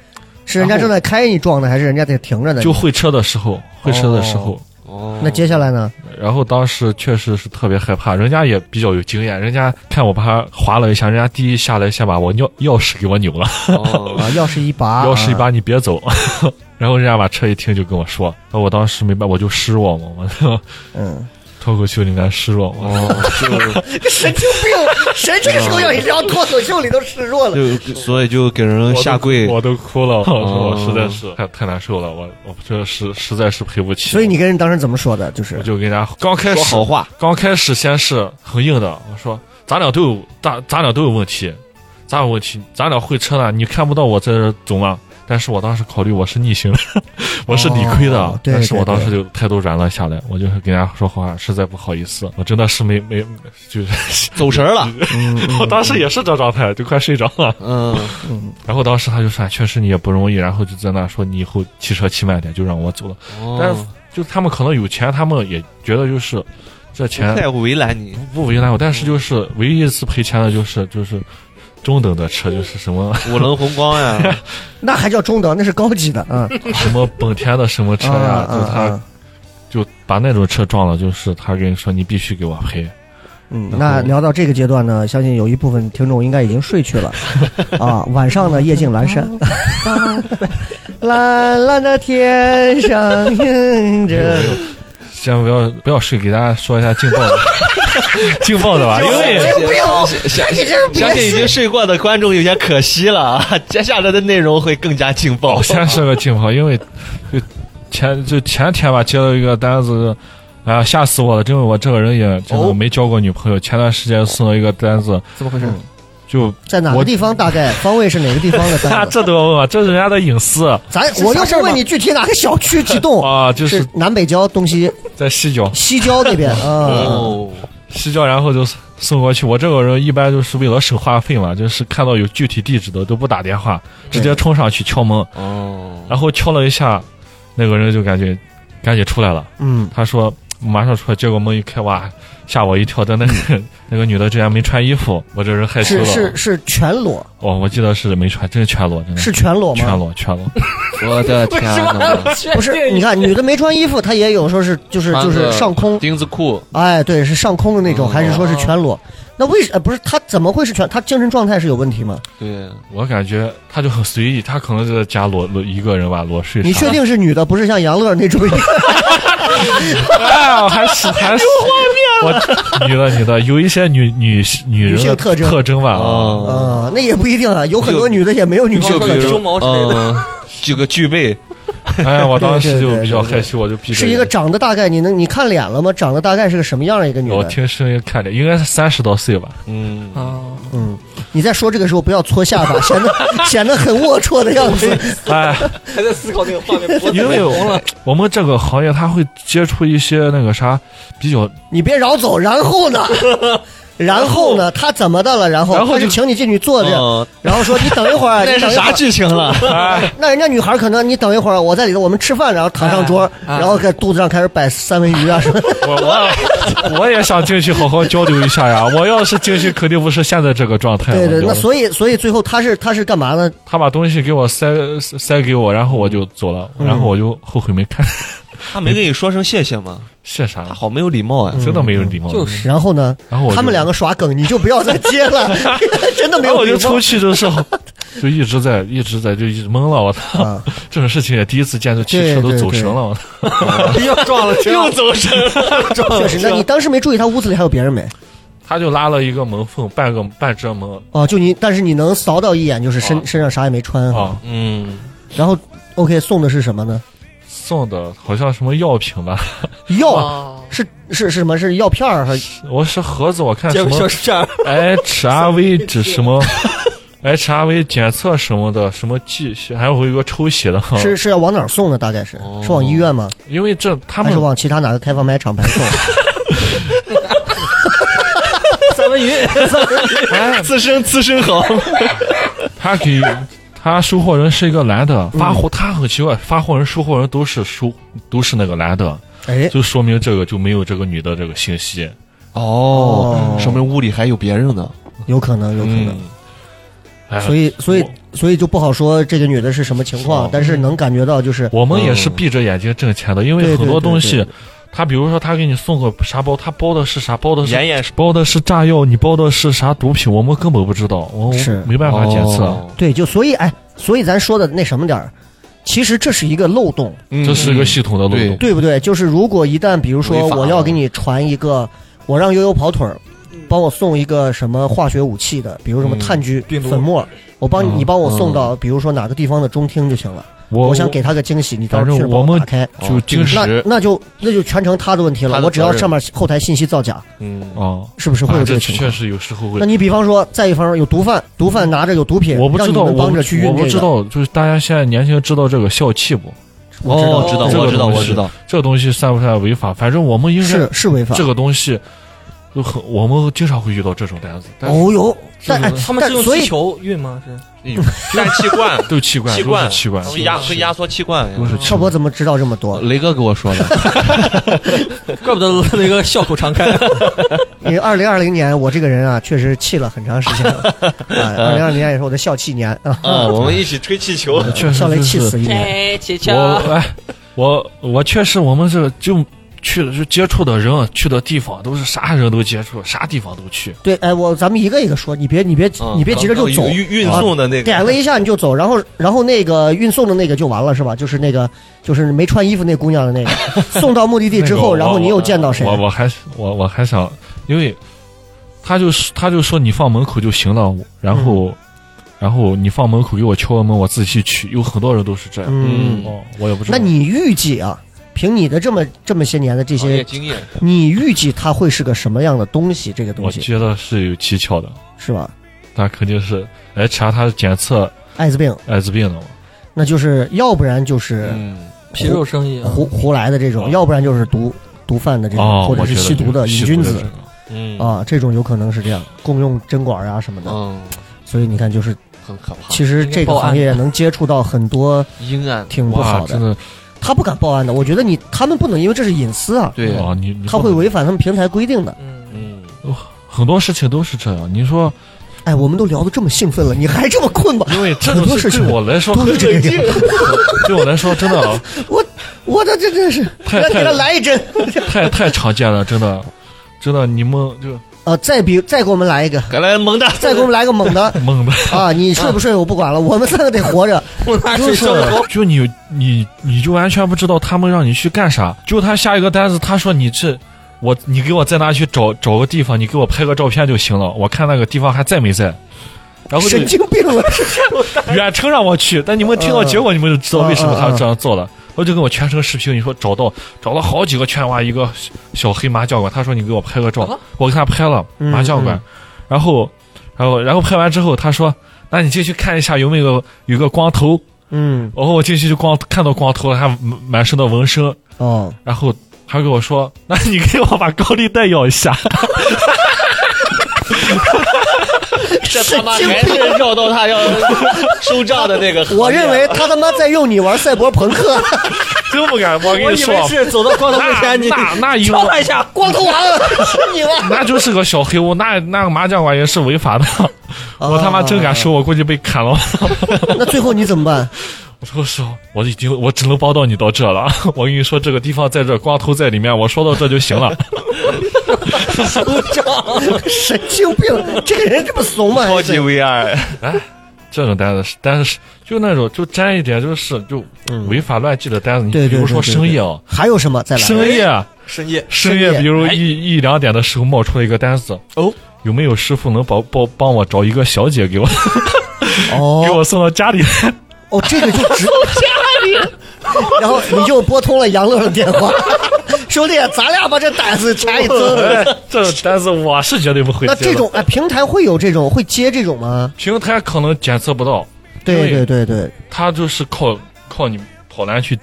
是人家正在开你撞的，还是人家在停着呢？
就会车的时候，会车的时候。
哦
那接下来呢？
然后当时确实是特别害怕，人家也比较有经验，人家看我把他划了一下，人家第一下来先把我钥钥匙给我扭了。
哦
啊，钥匙一拔，
钥匙一
啊
拔，你别走。 然后人家把车一停就跟我说，那我当时没办，我就失落嘛，我
嗯，
脱口秀里面失落嘛。
哦，
神经病，谁这个时候要聊脱口秀里都示弱了？
就就所以就给人
我都
下跪。
我都哭了，我说
哦
我实在是太太难受了，我我这实实在是赔不起。
所以你跟人当时怎么说的？就
我
是
就跟人家刚开
说
始
好话，
刚开始先是很硬的，我说咱俩都有咱咱俩都有问题，咱有问题，咱俩会车呢，你看不到我在这走吗？但是我当时考虑我是逆行， 我是理亏的，
哦对
但是
对
我当时就态度软了下来，我就是跟人家说话，实在不好意思，我真的是没没就是
走神儿了。
我当时也是这状态，就快睡着了。
嗯，
然后当时他就说，哎确实你也不容易，然后就在那说你以后骑车骑慢点，就让我走了。但是
哦
就他们可能有钱，他们也觉得就是这钱
不太为难你。
不为难我，但是就是唯一一次赔钱的就是就是中等的车，就是 什么
五棱宏光呀，
那还叫中等，那是高级的啊
什么本田的什么车
啊
呀，
啊
就他
啊！
就把那种车撞了，就是他跟你说你必须给我赔，
嗯，那聊到这个阶段呢，相信有一部分听众应该已经睡去了啊。晚上呢，夜静阑珊，蓝蓝的天上映着。
先不要不要睡，给大家说一下劲爆的 劲爆的吧，因为
不要
相
你这是别
相信已
睡
经睡过的观众有些可惜了啊，接下来的内容会更加劲爆
我。先说个劲爆，因为就前就前天吧接到一个单子。哎呀，吓死我了！因为我这个人也真的没交过女朋友。前段时间送了一个单子，
哦怎么回事？
就
在哪个
我
地方？大概方位是哪个地方的
啊，
单子？
这都要问啊，这是人家的隐私
咱我又不问你具体哪个小区几栋，
啊，就是是
南北郊、东西
在西郊，
西郊那边啊。
哦，
西郊，然后就送过去。我这个人一般就是为了省话费嘛，就是看到有具体地址的都不打电话，直接冲上去敲门，
哦，
然后敲了一下，那个人就感觉赶紧出来了。
嗯，
他说马上出来，结果门一开，哇，吓我一跳！但那个 那个女的竟然没穿衣服，我这人害羞
嗯是
了。
是是全裸，
哦，我记得是没穿，真是全裸，真的
是全裸吗？
全裸，全裸。
我的天哪！
不是，你看女的没穿衣服，她也有时候是就是
穿
就
个
是上空，
钉子裤，
哎，对，是上空的那种，
嗯
还是说是全裸？那为什呃不是她怎么会是全？她精神状态是有问题吗？
对，
我感觉他就很随意，他可能就在家裸裸一个人吧，裸睡啥
你
的。
确定是女的，不是像杨乐那种？
哎呀，还是还是有画面我女的女的，有一些女女女人
性
的
特征
特征吧。啊，
哦，
啊，那也不一定啊，有很多女的也没有女性
就
特
比
征，
如
胸毛之类
嗯，这个具备
哎呀，我当时
对对
就
对
比较
对对
害羞，我就闭着
是
眼。
一个长得大概你能你看脸了吗？长得大概是个什么样的一个女
我
的？
听声音看着应该是三十多岁吧，
嗯，
啊，
嗯，你在说这个时候不要搓下巴，显得 显得很龌龊的样子。
哎，
还在思考那个画面，脖子
因为
红了，
我们这个行业他会接触一些那个啥比较，
你别饶走，然后 呢？然后呢？他怎么的了？然后
然后
他是
就
请你进去坐着，
嗯
然后说你等一会 儿，
那
你等
是
一会
啥
儿。
剧情了？
哎，
那人家女孩可能你等一会儿，我在里头，我们吃饭，然后躺上桌，
哎哎
然后在肚子上开始摆三文鱼啊什么的。
我我我也想进去好好交流一下呀。我要是进去，肯定不是现在这个状态。
对对，
我就
那所以所以最后他是他是干嘛呢？
他把东西给我塞塞塞给我，然后我就走了，然
嗯
后我就后悔没看，
他没跟你说声谢谢吗？
谢
他
啥？
好没有礼貌啊
嗯
呀！
真的没有礼 貌。
就是
然后呢？
然后我就
他们两个耍梗，你就不要再接 了，真的没
然后
有
我
礼
就
貌
出去的 时候，就一直在一直在就一直懵了。我操，
啊！
这种事情也第一次见，就汽车都走神了。我操
又撞了，又走神，
确 实，那你当时没注意他屋子里还有别人没？
他就拉了一个门缝，半个半遮门
哦，就你，但是你能扫到一眼，就是身、
啊
身上啥也没穿。
啊，
嗯，
然后，OK，送的是什么呢？
送的好像什么药品吧。
药、
啊
哇，
是是是什么？是药片儿还是？
我是盒子，我看
结
什
果就
么
是
哎
这样，
HRV 指什么 哎 HRV 检测什么的，什么剂，还有一个抽血的。
是是要往哪儿送呢？大概是、是往医院吗？
因为这
还
他们
哎是往其他哪个开放麦厂牌送？
三文鱼，
哎，
自身自身好，
他给他收货人是一个男的，发
嗯
货他很奇怪，发货人、收货人都是收都是那个男的，
哎，
就说明这个就没有这个女的这个信息。
哦
哦
说明屋里还有别人呢。
有可能，有可能。
哎，
所以，所以，所以就不好说这个女的是什么情况，
哦
但是能感觉到就是
我们也是闭着眼睛挣钱的，因
对
为
对
很多
对
东西
嗯对，
他比如说他给你送个啥包，他包的是啥，包的是
妍是
包的是炸药，你包的是啥毒品，我们根本不知道，我我
是
没办法检
哦
测，
对，就所以哎，所以咱说的那什么点儿，其实这是一个漏洞。
这是一个系统的漏
对
洞。
对不对？就是如果一旦比如说
违法
我要给你传一个，我让悠悠跑腿儿，帮我送一个什么化学武器的，比如什么
嗯
炭疽
病、毒
粉末，我帮你，
嗯
你帮我送到比如说哪个地方的中厅就行了。
我
嗯我想给他个惊喜，你到时候
反
去
正
帮
我们
打开。
就精
那
神
那就那就全成他的问题
他
了，
的
我只
责
要
任
上面后台信息造假，
嗯
啊，
是不是会有
啊
这
这
个情
确
况？
实有时候会
那。你比方说，在一方有毒贩，毒贩拿着有毒品，
我不
让
知
你
道，
们
我
帮
不
着去
知
运
我
这
不
个
知，道，就是大家现在年轻人知道这个笑气不？
我
哦，知道，
这个
我知道，
东西
我知道，
这个东西算不算违法？反正我们应该
是是违法
这。个东西就很，我们经常会遇到这种单子，但是
哦哟，但哎
他们
但
是用
所
气
以
球运吗？是
氮嗯气 罐，
都是气罐，
气
都是
罐，
气罐，
会压会压缩气罐，
都是气
少
罐。
博怎么知道这么多？
嗯
雷哥给我说的，
怪不得那个笑口常开，
因为二零二零年我这个人啊，确实气了很长时间了。 啊二零二零年也是我的笑气年啊，
嗯，我们一起吹气球，
确实
笑雷
就
气
是
死一年。
气球
我哎，我我确实，我们这个就去的就接触的人，啊去的地方都是啥人都接触，啥地方都去。
对，哎，我咱们一个一个说，你别你别你别急着
嗯
就走，
嗯运运送的那个
点了一下你就走，然后然后那个运送的那个就完了是吧？就是那个就是没穿衣服那姑娘的那 个，送到目的地之
那个
后，
我
然后你又见到谁？啊
我我还我我还想，因为他就他就说你放门口就行了，然
嗯
后、然后你放门口给我敲个门，我自己去。有很多人都是这样。
嗯，
哦，我也不知道。
那你预计啊，凭你的这么这么些年的这
行业
哎
些，
经验，
你预计它会是个什么样的东西？这个
我
东西
觉得是有蹊跷的，
是吧？
那肯定是来查他检测
艾滋病，
艾滋病的嘛。
那就是要不然就是
嗯，
皮肉生意啊，
胡胡来的这种，
哦
要不然就是毒毒贩的这
哦，
种，或者是
我觉得
吸毒的瘾
吸
君
毒
子
这个
嗯，
啊，这种有可能是这样，共用针管啊什么的。
嗯，
所以你看，就是
很可怕，
其实这个行业能接触到很多
阴暗，
挺嗯不
哇，
好
真
的，
的
他不敢报案的。我觉得你他们不能，因为这是隐私啊，
对，
啊，你你
他会违反他们平台规定的。
嗯，
嗯，
很多事情都是这样。你 说，
哎，我们都聊得这么兴奋了，你还这么 困吧？
因为这
很多
种事
事情
对我来说，
都是这样，
对我来说真的啊
我的这真是，
太
来给他
太
来一针。
太太常见了，真的，真的，你们就
啊，再比再给我们来 一个，
该来猛的，
再给我们来个猛的
猛的，
啊！你睡不睡我不管 了，我们三个得活着。
我拿
就
水
是
生活，
就你你你就完全不知道他们让你去干啥。就他下一个单子，他说你这我你给我在哪去找找个地方，你给我拍个照片就行了，我看那个地方还在没在。然后就
神经病 了，
远程让我去，但你们听到结果，你们就知道为什么他这样做了。我就跟我全程视频，你说找到找了好几个圈娃，一个小小黑麻将馆，他说你给我拍个照，
啊
我给他拍了
嗯
麻将馆，
嗯
然后然后然后拍完之后，他说那你进去看一下有没有有个光头，
嗯，
然后我进去就光看到光头了，还满满身的纹身，
哦，
然后他跟我说：“那你给我把高利贷要一下。
这他妈
神经
还是绕到他要 收账的那个行业，
我认
哎
为他他妈在用你玩赛博朋 克，”
真不敢，我跟
我
你
以
说，
为是走到光头面
那
前， 你
那那一
敲他一下，
光头王是你吗？
那就是个小黑屋，那那个麻将馆也是违法的。
哦
我他妈真敢收，我估计被砍了。
那最后你怎么办？
我说是，我已经我只能帮到你到这了。 我跟你说，这个地方在这，光头在里面，我说到这就行了。
神经病，这个人这么怂吗？
超级 VR，
这种单子是，但是就那种就沾一点就是就违法乱纪的单子，你
对对
比如说
对对
深夜啊，
还有什么？再来
深夜啊
深夜
深
深
夜，
夜
比如
哎
一一两点的时候冒出了一个单子
哦。
有没有师傅能帮帮帮我找一个小姐给我 给
哦
我送到家里？
哦，这个就直然后你就拨通了杨乐的电 话，兄弟，咱俩把这胆子掐一 增。
这种单子我是绝对不会接
那
的。
这种哎，平台会有这种会接这种吗？
平台可能检测不到，
对对
对
对对，
他就是靠靠你跑男去，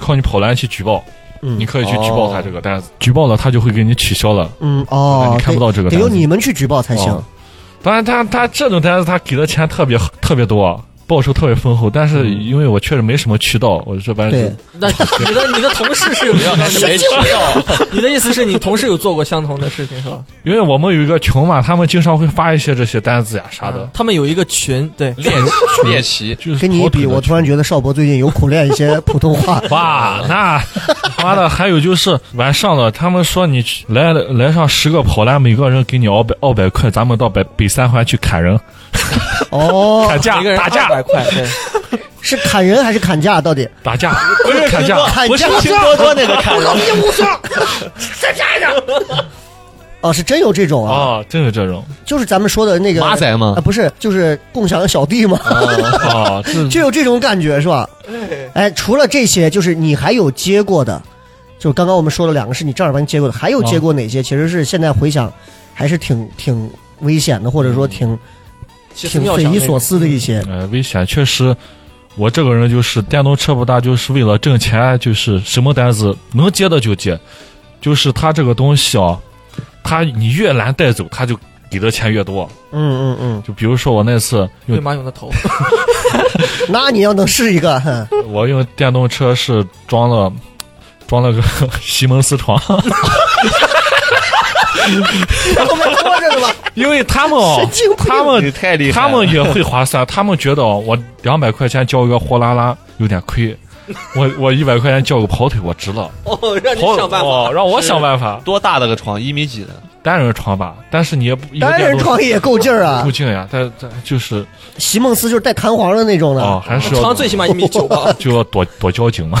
靠你跑男去举报，
嗯
你可以去举报他这个单子，举报了他就会给你取消了。
嗯哦，
哎你看不到这个
得得由
单子
你们去举报才行
哦。当然他，他这种单子他给的钱特别特别多，啊报酬特别丰厚，但是因为我确实没什么渠道，我这班就
嗯对，
那你你的你的同事是有这样的
谁知道？
你的意思是你同事有做过相同的事情是吧？
因为我们有一个群嘛，他们经常会发一些这些单子呀啥的，
他们有一个群，对，
猎猎 奇，
就是
跟嗯你一
跑腿
比，
的
我
群
突然觉得邵博最近有苦练一些普通话。
哇，那妈的，还有就是晚上了，他们说你去来来上十个跑男，每个人给你二百二百块，咱们到北北三环去砍人、
哦，
砍架
每个、人
打
二
架、
百块， 对，
是砍人还是砍价？到底
打架，不是砍架，
砍
不是
价？
拼 多多那个看的，
哦，是真有这种啊，
啊，真有这种
就是咱们说的那个
马仔吗
啊，？不是，就是共享小弟
哦
嘛，
啊，这
就有这种感觉是吧？哎，除了这些，就是你还有接过的，就是刚刚我们说了两个是你正儿八经接过的，还有接过哪些？其实是现在回想，还是挺挺危险的，或者说挺
奇思
挺
妙
匪
想
夷
那
所
种
思的一些。
呃危险，确实。我这个人就是电动车不搭，就是为了挣钱，就是什么单子能接的就接，就是他这个东西啊，他你越难带走，他就给的钱越多。
嗯嗯嗯，
就比如说我那次用
对马勇的 头，
那你要能是一个， 哼
我用电动车是装了 装了个西蒙 斯床，
我们拖着的吧？
因为他们哦
神经病
他
你
们
太厉害
他
了，
们也会划算，他们觉得哦我两百块钱叫一个货拉拉有点亏，我我一百块钱叫个跑腿我 值了，
哦，让
跑哦让我想办法，
多大的个床？一米几的？
单人床吧，但是你也不一个
单人
电动
创业够劲儿啊
不！近呀，但但就是
席梦思就是带弹簧的那种的。
哦还是要
长最起码一米九吧，
就要躲躲交警嘛。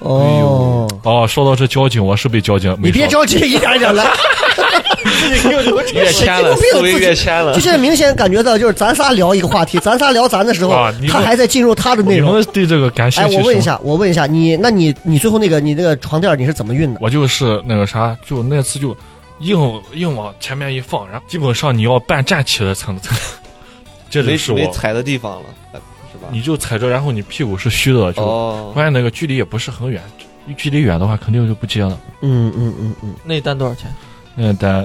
哦，
哦，说到这交警，我是被交警没
你别
少
着急，一点一点来。
跃 迁了，
神经病
思维跃迁了
就。现在明显感觉到，就是咱仨聊一个话题，咱仨聊咱的时候
啊，你
他
们
还在进入他的内
你
容。
们对这个感兴
哎，
趣是
我
吗？
问一下，我问一下你，那你你最后那个你那个床垫你是怎么运的？
我就是那个啥，就那次就硬硬往前面一放，然后基本上你要半站起来才能才这
没
里是
没
我，
踩的地方了，是吧？
你就踩着，然后你屁股是虚的，就
哦，
关键那个距离也不是很远，距离远的话肯定就不接了。
嗯嗯嗯嗯，
那一单多少钱？
那单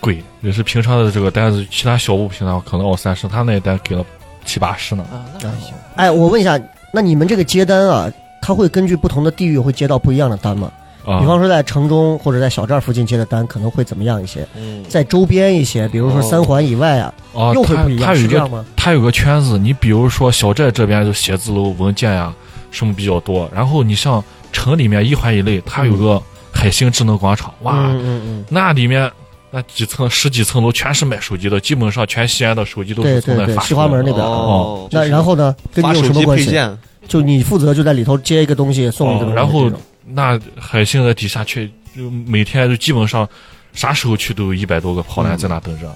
贵，也是平常的这个单子，其他小物品的话可能二三十，他那一单给了七八十呢。
啊，那还
哦
行。
哎，我问一下，那你们这个接单啊，它会根据不同的地域会接到不一样的单吗？
啊，
比方说在城中或者在小寨附近接的单可能会怎么样一些？
嗯，
在周边一些，比如说三环以外啊，
啊，
又会
他
不一样，
他有
是
一
这样
个
吗？
他有个圈子，你比如说小寨这边就写字楼、文件呀、什么比较多，然后你像城里面一环以内，它有个海星智能广场，哇，
嗯嗯嗯，
那里面那几层十几层楼全是卖手机的，基本上全西安的手机都
对
是从那
对对，
发
西
出
华
来的。
门那边。
哦，
那然后呢，跟你
发
有
手
什么
机
关
配
系？
件，
就你负责就在里头接一个东西送一个东西，
哦然后
这种
那海信在底下去，就每天就基本上啥时候去都有一百多个
嗯
跑男在那等着。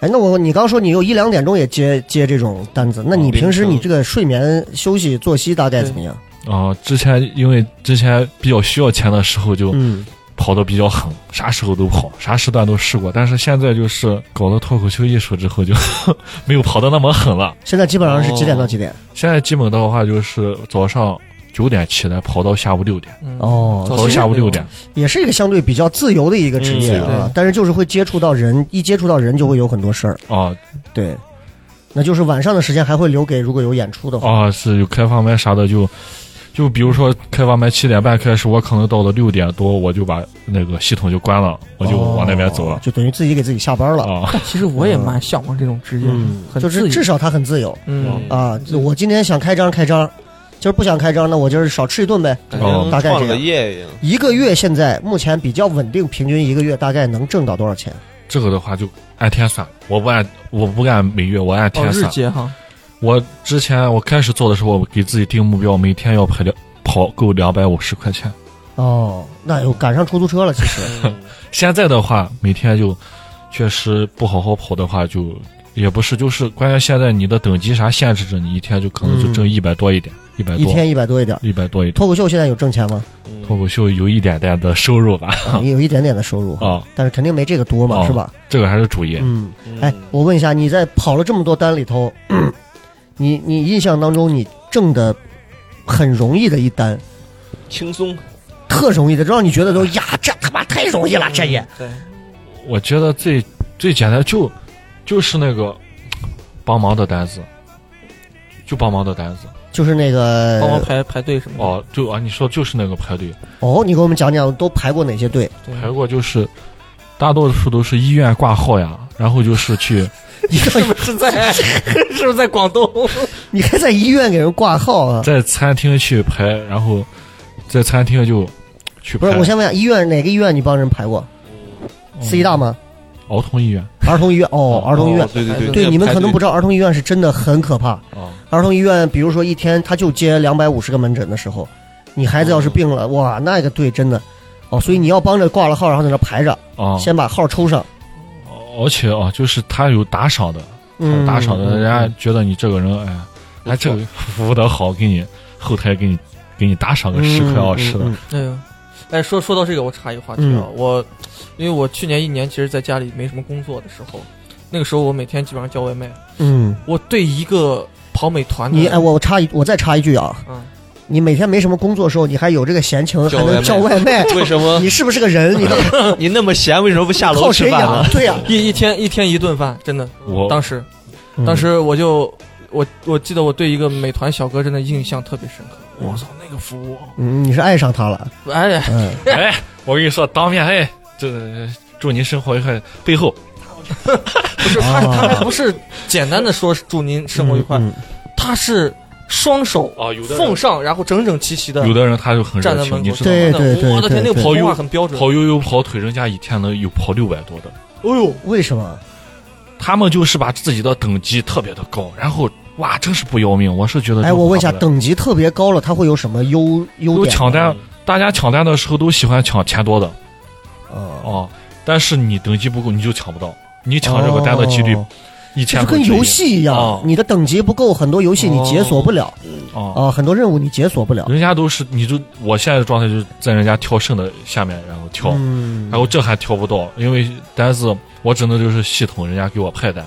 哎，那我你刚说你有一两点钟也接接这种单子，
哦
那你平时你这个睡眠休息作息大概怎么样？
啊、之前因为之前比较需要钱的时候就
嗯，
跑的比较狠，啥时候都跑，啥时段都试过。但是现在就是搞了脱口秀艺术之后就 没有跑的那么狠了。
现在基本上是几点到几点？
现在基本的话就是早上九点起来跑到下午六点，
嗯，
哦
跑
早
到
期
下午
那
六
种
点。
也是一个相对比较自由的一个职业
嗯
啊
对，
但是就是会接触到人，一接触到人就会有很多事儿，
啊
对。那就是晚上的时间还会留给如果有演出的话，
啊，是有开放麦啥的就。就比如说开放麦七点半开始，我可能到了六点多，我就把那个系统就关了，我就往那边走了
哦。就等于自己给自己下班了。
啊，
但 其实我也蛮向往这种职业的
嗯，，
很
就是
自
至
由。
少他很自由
哦
嗯，
啊。就我今天想开张开张，今儿不想开张，那我就是少吃一顿呗。
嗯
感
哦
觉
大概
创
这
了个
样
业一样，
一个月现在目前比较稳定，平均一个月大概能挣到多少钱？
这个的话就按天算，我不按我不按每月，我按
哦，
天
日
算。
结哈，
我之前我开始做的时候，我给自己定目标，每天要跑两跑够两百五十块钱。
哦，那又赶上出租车了，其实
现在的话，每天就确实不好好跑的话就，也不是，就是关键现在你的等级啥限制着你，一天就可能就挣一百多一点，一百
嗯一
多，
天一百多一点。
一百多一点。
脱口秀现在有挣钱吗？
脱
嗯
口秀有一点点的收入吧，
啊也有一点点的收入，
啊，
但是肯定没这个多嘛，
哦
是吧？
这个还是主业。
哦嗯，
嗯
哎，我问一下，你在跑了这么多单里头，你你印象当中你挣的很容易的一单，
轻松，
特容易的，让你觉得都呀，这他妈太容易了，这也
对，
我觉得最最简单就就是那个帮忙的单子，就帮忙的单子。
就是那
帮忙
个
排排队什么的。
呃哦，就啊，你说就是那个排队，
哦，你给我们讲讲都排过哪些队？
对，
排过就是大多数都是医院挂号呀，然后就是 去
你
是不是在 是不是在广东？
你还在医院给人挂号啊？
在餐厅去排，然后在餐厅就去
不
排。嗯
是，我先问一下，医院哪个医院你帮人排过？四医大吗？
儿童医院
儿童医院哦，儿童医院
哦。对对
对，你们可能不
知
知道，儿童医院是真的很可怕。
啊，
儿童医院，比如说一天他就接两百五十个门诊的时候，你孩子要是病了，哇，那个队真的，哦，所以你要帮着挂了号，然后在那排着，
啊，
先把号抽上，
而且啊，就是他有打赏的，
嗯，
打赏的，人家觉得你这个人，哎，哎，这
错
个服务的好，给你后台给你给你打赏个十块二十的
嗯，
哎呦，哎，说说到这个，我插一个话题啊，我因为我去年一年其实在家里没什么工作的时候，那个时候我每天基本上叫外卖，
嗯，
我对一个跑美团的，
你哎，我插一，我再插一句啊，
嗯，
你每天没什么工作的时候，你还有这个闲情，还能叫
叫
外 卖，
为什么
你是不是个人？你到底
你那么闲，为什么不下
靠
楼吃
谁
饭
养啊
呢？？
对呀，
一一天一天一顿饭，真的，
我
当时
嗯
当时我就我我记得我对一个美团小哥真的印象特别深刻，我操那个服务，
嗯，你是爱上他了，
哎呀，
嗯，
哎，我跟你说，当面哎，这祝您生活愉快。背后
不是他
啊
他还不是简单的说祝您生活愉快，
嗯，嗯
他是双手
啊，有
奉上，然后整整齐齐的
有的人他就很热
站在门
情，你
口，
知道吗？
对
真的我的天，
对
那个
对
跑
对
话
对
很标准，
跑悠悠跑腿，人家一天能有跑六百多的，
哎呦，
为什么？
他们就是把自己的等级特别的高，然后哇，真是不要命。我是觉得就
哎，我问一下，
划不来
等级特别高了，他会有什么优优
有
点？
抢
嗯
单，大家抢单的时候都喜欢抢钱多的
哦，
哦，但是你等级不够，你就抢不到，你抢这个单的几率
哦
一
这
千
就跟游戏一样
哦，
你的等级不够，很多游戏你解锁不了
啊，
啊，很多任务你解锁不了。
人家都是你就我现在的状态就是在人家跳剩的下面，然后跳，
嗯
哎然，后这还跳不到，因为单子我只能就是系统人家给我派单，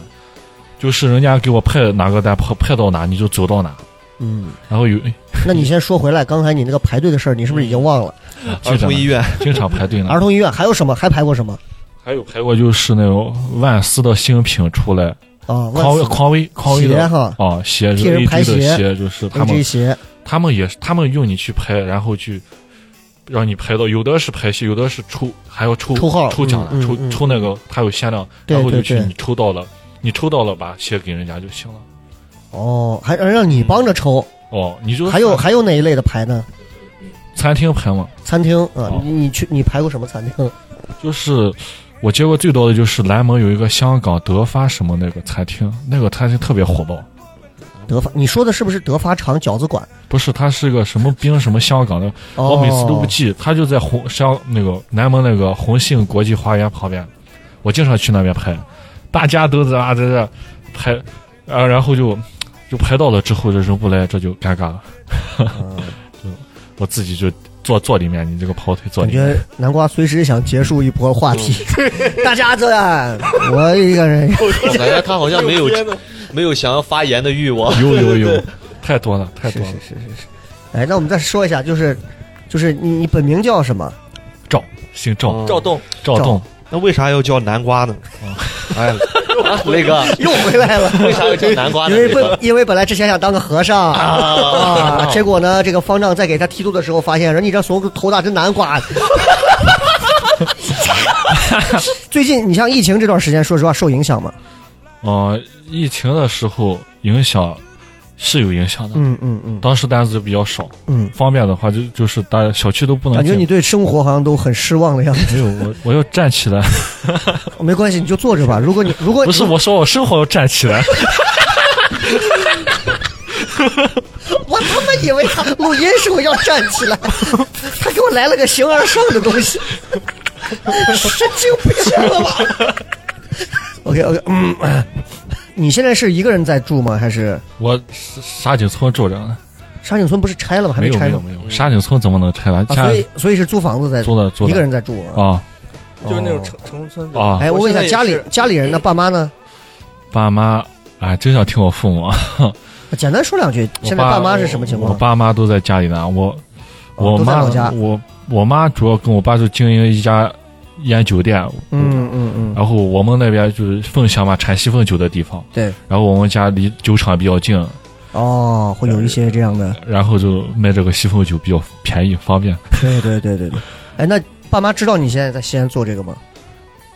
就是人家给我派哪个单派派到哪你就走到哪，
嗯，
然后有哎
那你先说回来，刚才你那个排队的事儿，你是不是已经忘了？
儿童医 院
经常排队呢。
儿童医院还有什么？还排过什么？
还有排过就是那种万斯的新品出来，
啊，万
匡威
斯
匡威匡威
鞋
的
哈
啊鞋，
替人
一
排
堆
鞋
的鞋就是他们
，AJ 鞋，
他们也是，他们用你去拍，然后去让你拍到，有的是拍戏，有的是抽，还要抽
抽号
抽奖的，
嗯嗯
抽
嗯
抽那个，它有限量，
对
然后就
对
去
对
你抽到了，你抽到了把鞋给人家就行了。
哦，还让你帮着抽，
哦，你就
还有还有哪一类的排呢？
餐厅拍嘛，
餐厅啊
哦，
你你去你排过什么餐厅？
就是我接过最多的就是南门有一个香港德发什么那个餐厅，那个餐厅特别火爆，
德发，你说的是不是德发长饺子馆？
不是它是个什么冰什么香港的，
哦，
我每次都不记，它就在红香那个南门那个红杏国际花园旁边，我经常去那边拍，大家都在啊在这拍，啊然后就就拍到了之后这人不来，这就尴尬了，
嗯
我自己就坐坐里面，你这个跑腿坐
感
里面，
觉南瓜随时想结束一波话题，大家这样，我一个人
我感觉他好像 没有
没有想要发言的欲望。
有有有，太多了太
是
多
是
了，
是是是。哎，那我们再说一下，就是就是你你本名叫什么？
赵姓赵
嗯
赵栋，
赵栋，
那为啥要叫南瓜呢？
哎 呀
啊，雷哥，
又回来了。
为啥要叫南瓜
因
呢？
为
雷哥
本因为本来之前想当个和尚啊，结果呢，这个方丈在给他剃度的时候发现，人家这怂头大只南瓜。 最近你像疫情这段时间，说实话受影响嘛，
嗯，疫情的时候影响是有影响的，
嗯嗯嗯
当时单子就比较少，
嗯，
方便的话就就是大家小区都不能
感觉
进
你对生活好像都很失望的样子。
没有我 我要站 起来。
没关系，你就坐着吧。如果你如果
不是我说我生活要站起来，
我他妈以为他录音时候要站起 来，他给我来了个形而上的东西，神经病了吧？OK OK，嗯，你现在是一个人在住吗？还是
我沙沙井村住着呢，
沙井村不是拆了吗？还
没有
拆
没
呢
有。没有，沙井村怎么能拆了？
啊，
家
所以所以是租房子在
租的租
一个
的
人在住啊。
啊
就是那
哦
种城城中村
啊，
哎，我问一下
我现在也
家里家里人呢？爸妈呢？
爸妈哎，真想听我父母啊。
简单说两句。
我
现在
爸
爸妈是什么情
我
况？哦
爸妈都在家里呢，我我
都在
妈
老家
我我妈主要跟我爸就经营一家烟酒店，
嗯嗯嗯，
然后我们那边就是凤翔嘛，产西凤酒的地方，
对。
然后我们家离酒厂比较近，
哦，会有一些这样的。
然后就卖这个西凤酒比较便宜方便。
对对对对对。哎，那爸妈知道你现在在西安做这个吗？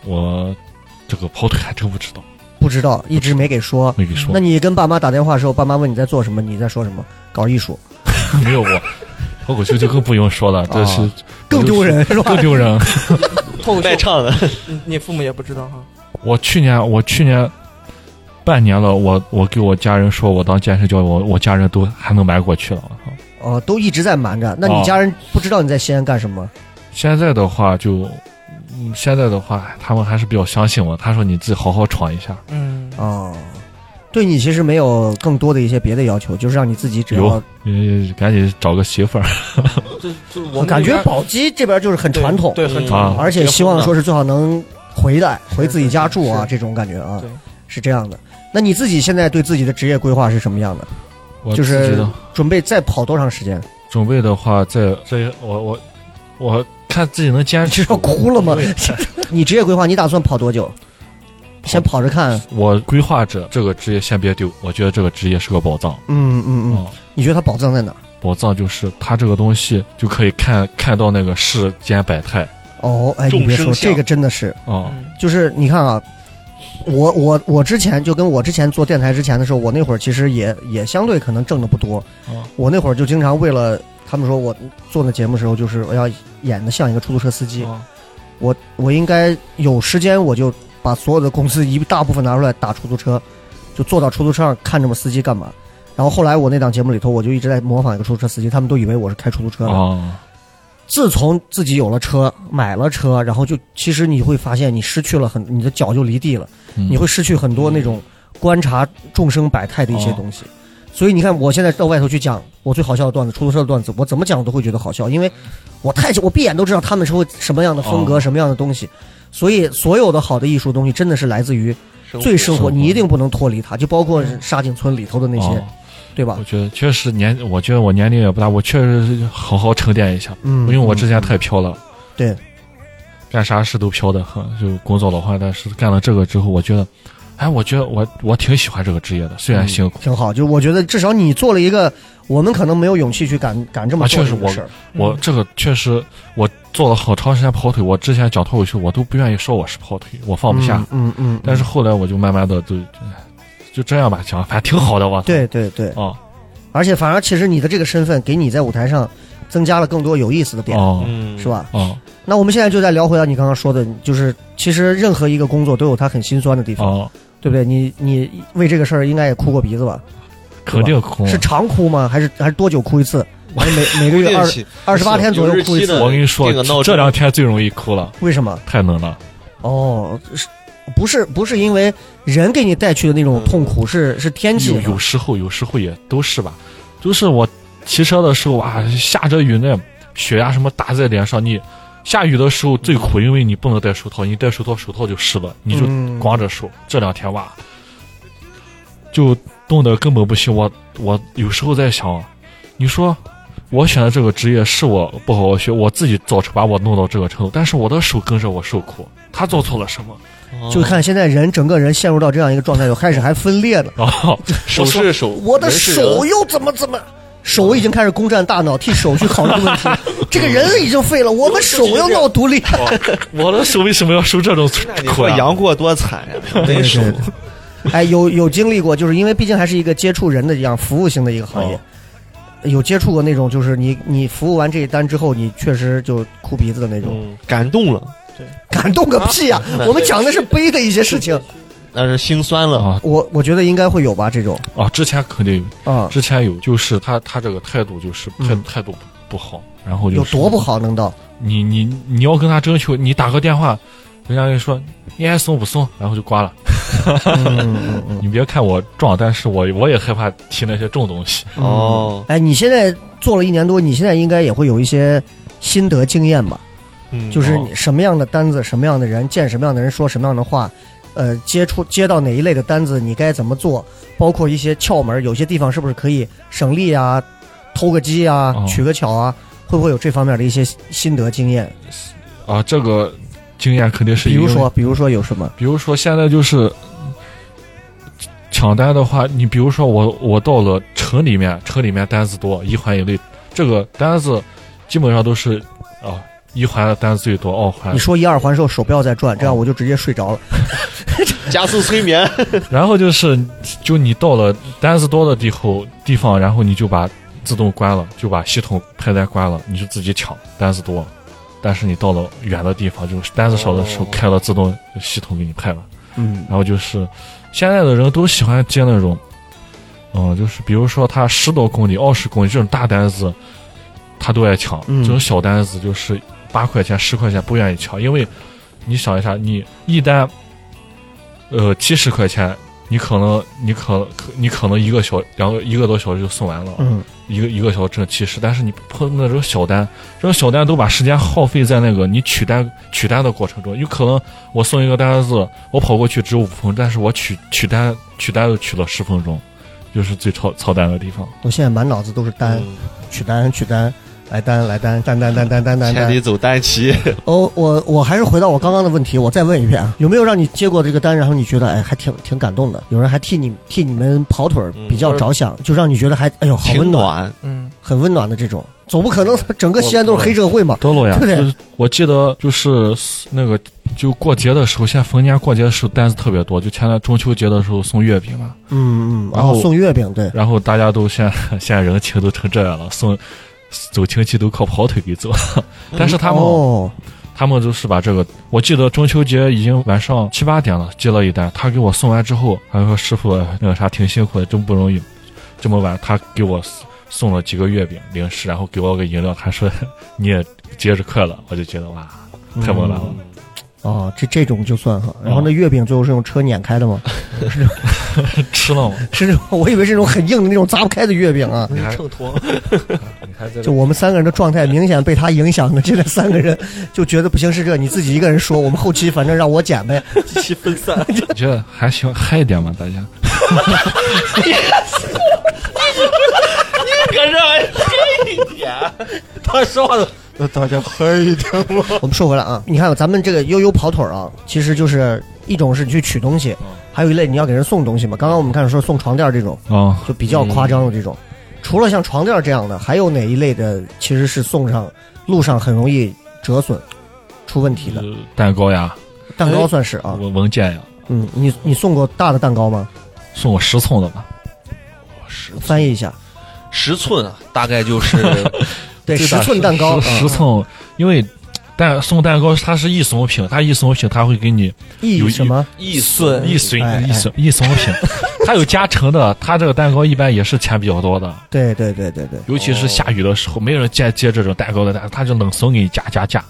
我这个跑腿还真不知道，
不知道，一直没给说。
没给说
那。你跟爸妈打电话的时候，爸妈问你在做什么，你在说什么？搞艺术，
没有我，脱口秀就更不用说 了，这是
啊更丢人是吧
更？丢人。
脱口秀
卖，唱的，
你你父母也不知道哈。
我去年我去年半年了，我我给我家人说我当健身教练，我我家人都还能瞒过去了。我靠
哦，都一直在瞒着。那你家人不知道你在西安干什么？
现在的话就，嗯，现在的话他们还是比较相信我。他说你自己好好闯一下，
嗯，
哦，对你其实没有更多的一些别的要求，就是让你自己只要
有。你赶紧找个媳妇儿。
就就我们
感
那
觉
边
宝鸡这边就是很
对
传统，
对，很
嗯
传统，
而且希望说是最好能回来
是
回自己家住啊，
是是
这种感觉啊
对，
是这样的。那你自己现在对自己的职业规划是什么样的？
我
就
自己
是
的
准备再跑多长时 间？
准备的话，在这我我我看自己能坚
你
持
是。要哭了吗？
对
你职业规划你打算跑多久？先跑着看，
我规划着这个职业先别丢，我觉得这个职业是个宝藏。
嗯嗯嗯，
嗯
你觉得它宝藏在哪儿？
宝藏就是它这个东西就可以看看到那个世间百态
哦，哎，你别说，
众生相
这个真的是，
啊、
嗯
就是你看啊，我我我之前就跟我之前做电台之前的时候，我那会儿其实也也相对可能挣的不多，
哦
我那会儿就经常为了他们说我做那节目的时候，就是我要演的像一个出租车司机，
哦
我我应该有时间我就把所有的工资一大部分拿出来打出租车，就坐到出租车上看着我司机干嘛。然后后来我那档节目里头，我就一直在模仿一个出租车司机，他们都以为我是开出租车的。
啊！
自从自己有了车，买了车，然后就其实你会发现，你失去了很，你的脚就离地了，
嗯
你会失去很多那种观察众生百态的一些东
嗯
西。所以你看，我现在到外头去讲我最好笑的段子，出租车的段子，我怎么讲我都会觉得好笑，因为我太我闭眼都知道他们是会什么样的风格、
哦
什么样的东西。所以所有的好的艺术东西，真的是来自于最生活，
生活嗯
你一定不能脱离它，就包括沙井村里头的那些啊
哦，
对吧
我？觉得确实年，我觉得我年龄也不大，我确实是好好沉淀一下，
嗯，
因为我之前太飘了，
对，
干啥事都飘的很，就工作老换，但是干了这个之后，我觉得，哎，我觉得我我挺喜欢这个职业的，虽然辛苦，
挺好。就是我觉得至少你做了一个我们可能没有勇气去敢敢这么
啊
做
确
的
实
一个
我
事儿。
我这个确实我做了好长时间跑腿，我之前讲脱口秀，我都不愿意说我是跑腿，我放不下，
嗯嗯嗯。
但是后来我就慢慢的就就这样吧，讲，反正挺好的，我操
对对对，
哦
而且反而其实你的这个身份给你在舞台上增加了更多有意思的点，
哦
嗯，
是？吧？
哦
那我们现在就再聊回到你刚刚说的，就是其实任何一个工作都有它很心酸的地方，
哦，
对不对？你你为这个事儿应该也哭过鼻子吧？
肯定哭。
是常哭吗？还是还是多久哭一次？还是每每个月
运
二
气
二十八天左右哭一
有日期
次
的？
我跟你说
定个闹，钟
这两天最容易哭了，
为什么？
太冷了。
哦，是不是不是因为人给你带去的那种痛苦，是是天气
嗯有有时候，有时候也都是吧。就是我骑车的时候啊，下着雨呢，雪呀、什么打在脸上，你下雨的时候最苦，因为你不能戴手套，你戴手套手套就湿了，你就
嗯
光着手。这两天哇，就冻得根本不行。我我有时候在想，你说我选的这个职业是我不好好学，我自己造成把我弄到这个程度，但是我的手跟着我受苦，他做错了什么？
哦
就看现在人整个人陷入到这样一个状态，有开始还分裂了。
然后
手是手，
我的
人是
手
啊
人
又怎么怎么？手已经开始攻占大脑，替手去考虑问 题。这个人已经废了，我们手要闹独立。
我的手为什么要受这种
那你
苦
说
呀、
杨过多惨呀，
对
没手
对 哎，有有经历过，就是因为毕竟还是一个接触人的一样服务型的一个行业
哦，
有接触过那种，就是你你服务完这一单之后，你确实就哭鼻子的那种，
嗯，感动了，
感动个屁啊呀！我们讲的是悲的一些事情，
那是心酸了。
啊
我我觉得应该会有吧，这种
啊！之前肯定有，
啊，
之前有，就是他他这个态度就是态
嗯
态度不不好，然后就
有
是
多不？好能 到？
你你你要跟他征求，你打个电话，人家就说你爱送不送，然后就挂了。
嗯嗯
你别看我壮，但是我我也害怕提那些重东西。
嗯
哦，
哎，你现在做了一年多，你现在应该也会有一些心得经验吧？
嗯
就是
哦
你什么样的单子，什么样的人，见什么样的人说什么样的话，呃，接触接到哪一类的单子，你该怎么做，包括一些窍门，有些地方是不是可以省力啊，偷个鸡啊，
哦
取个巧啊，会不会有这方面的一些心得经验？
啊，这个经验肯定是
比
因
如
为
说，比如说有什么？
比如说现在就是抢单的话，你比如说我我到了城里面，城里面单子多，一环以内，这个单子基本上都是啊一环的单子最多，二环
你，说一二环的时候手不要再转，这样我就直接睡着了。
加速催 眠，
然后就是就你到了单子多的地后地方，然后你就把自动关了，就把系统派单关了，你就自己抢单子多。但是你到了远的地方，就是单子少的时候
哦
开了自动系统给你派了。
嗯
然后就是现在的人都喜欢接那种，嗯，就是比如说他十多公里、二十公里这种大单子，他都爱抢；
嗯
这种小单子就是八块钱、十块钱不愿意抢，因为你想一下，你一单，呃，七十块钱，你可能你可可你可能一个小两个一个多小时就送完了，
嗯，
一个一个小时挣七十，但是你碰那种小单，这种小单都把时间耗费在那个你取单取单的过程中。有可能我送一个单子，我跑过去只有五分钟，但是我取取单取单又取了十分钟，就是最操操蛋的地方。
我现在满脑子都是
嗯
单，取单取单，来单来单单单单单单单
千
单
里。走单骑，
哦，我我还是回到我刚刚的问题，我再问一遍啊，有没有让你接过这个单，然后你觉得哎还挺挺感动的，有人还替你替你们跑腿儿
嗯
比较着想，就让你觉得还哎呦好
挺
温暖，
暖。
嗯，
很温暖的这种，总不可能整个西安都是黑社会嘛？
多了呀！
对
就是我记得就是那个就过节的时候，现在逢年过节的时候单子特别多，就前段中秋节的时候送月饼嘛，
嗯嗯，然
然后
后送月饼，对，
然后大家都现在 现在人情都成这样了，送走亲戚都靠跑腿给走， 但是他们。
哦，
他们就是把这个，我记得中秋节已经晚上七八点了，接了一单，他给我送完之后，他说师傅那个啥挺辛苦的，真不容易，这么晚他给我送了几个月饼零食，然后给我个饮料，他说你也节日快乐，我就觉得哇，太温暖了。
哦，这这种就算哈，然后那月饼最后是用车碾开的 吗？
吃了吗？
是那种，我以为是那种很硬的那种砸不开的月饼啊，
你还
秤砣，
还在
就我们三个人的状态明显被他影响的，现在三个人就觉得不行是这，你自己一个人说，我们后期反正让我剪 呗。
极其分散。
我觉得还行，嗨一点嘛，大家。
可是
他说话的，那大家喝一点吧。
我们说回来啊，你看咱们这个悠悠跑腿儿啊，其实就是一种是你去取东西，
嗯
还有一类你要给人送东西嘛。刚刚我们开始说送床垫儿这种，
哦，
就比较夸张的这种。除了像床垫儿这样的，还有哪一类的其实是送上路上很容易折损、出问题的？
呃蛋糕呀，
蛋
哎
糕算是啊，
文文件呀，
嗯，你你送过大的蛋糕吗？
送我十寸的吧。
十
翻译一下，
十寸啊，大概就是
对，
最
十
大
寸蛋糕，
十十
嗯
寸，因为蛋送蛋糕它是易怂品，它易怂品它会给你
一
有
什么？
易
损
易怂
哎哎
易怂易怂品，它有加成的，它这个蛋糕一般也是钱比较多的，
对对对对对，
尤其
哦
是下雨的时候，没有人接接这种蛋糕的蛋，它就冷怂给你加加加，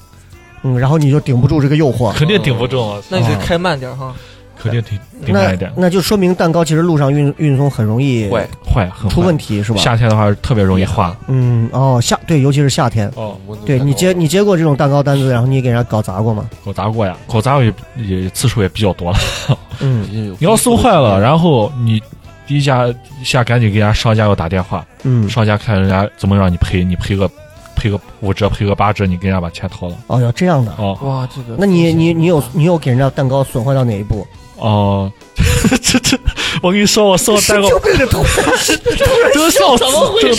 嗯，然后你就顶不住这个诱惑，
肯定顶不住啊，
哦那你得开慢点哈，
肯定顶顶
那
慢一点，
那就说明蛋糕其实路上运运送很容易
坏
坏很
出
坏
问题是吧？
夏天的话特别容易化。
嗯，哦，夏对，尤其是夏天，
哦，
对你接你接过这种蛋糕单子，然后你给人家搞砸过吗？
搞砸过呀，搞砸过也也次数也比较多了。
嗯
你要送坏
嗯
了，然后你低价下赶紧给人家商家要打电话，
嗯，
商家看人家怎么让你赔，你赔个赔个五折，赔个八折，你给人家把钱掏了。
哦，要这样的，
哦
哇，这个
那你你你有你有给人家蛋糕损坏到哪一 步？
哦，这这，我跟你说，我送了蛋糕
就被这 突然
真笑死，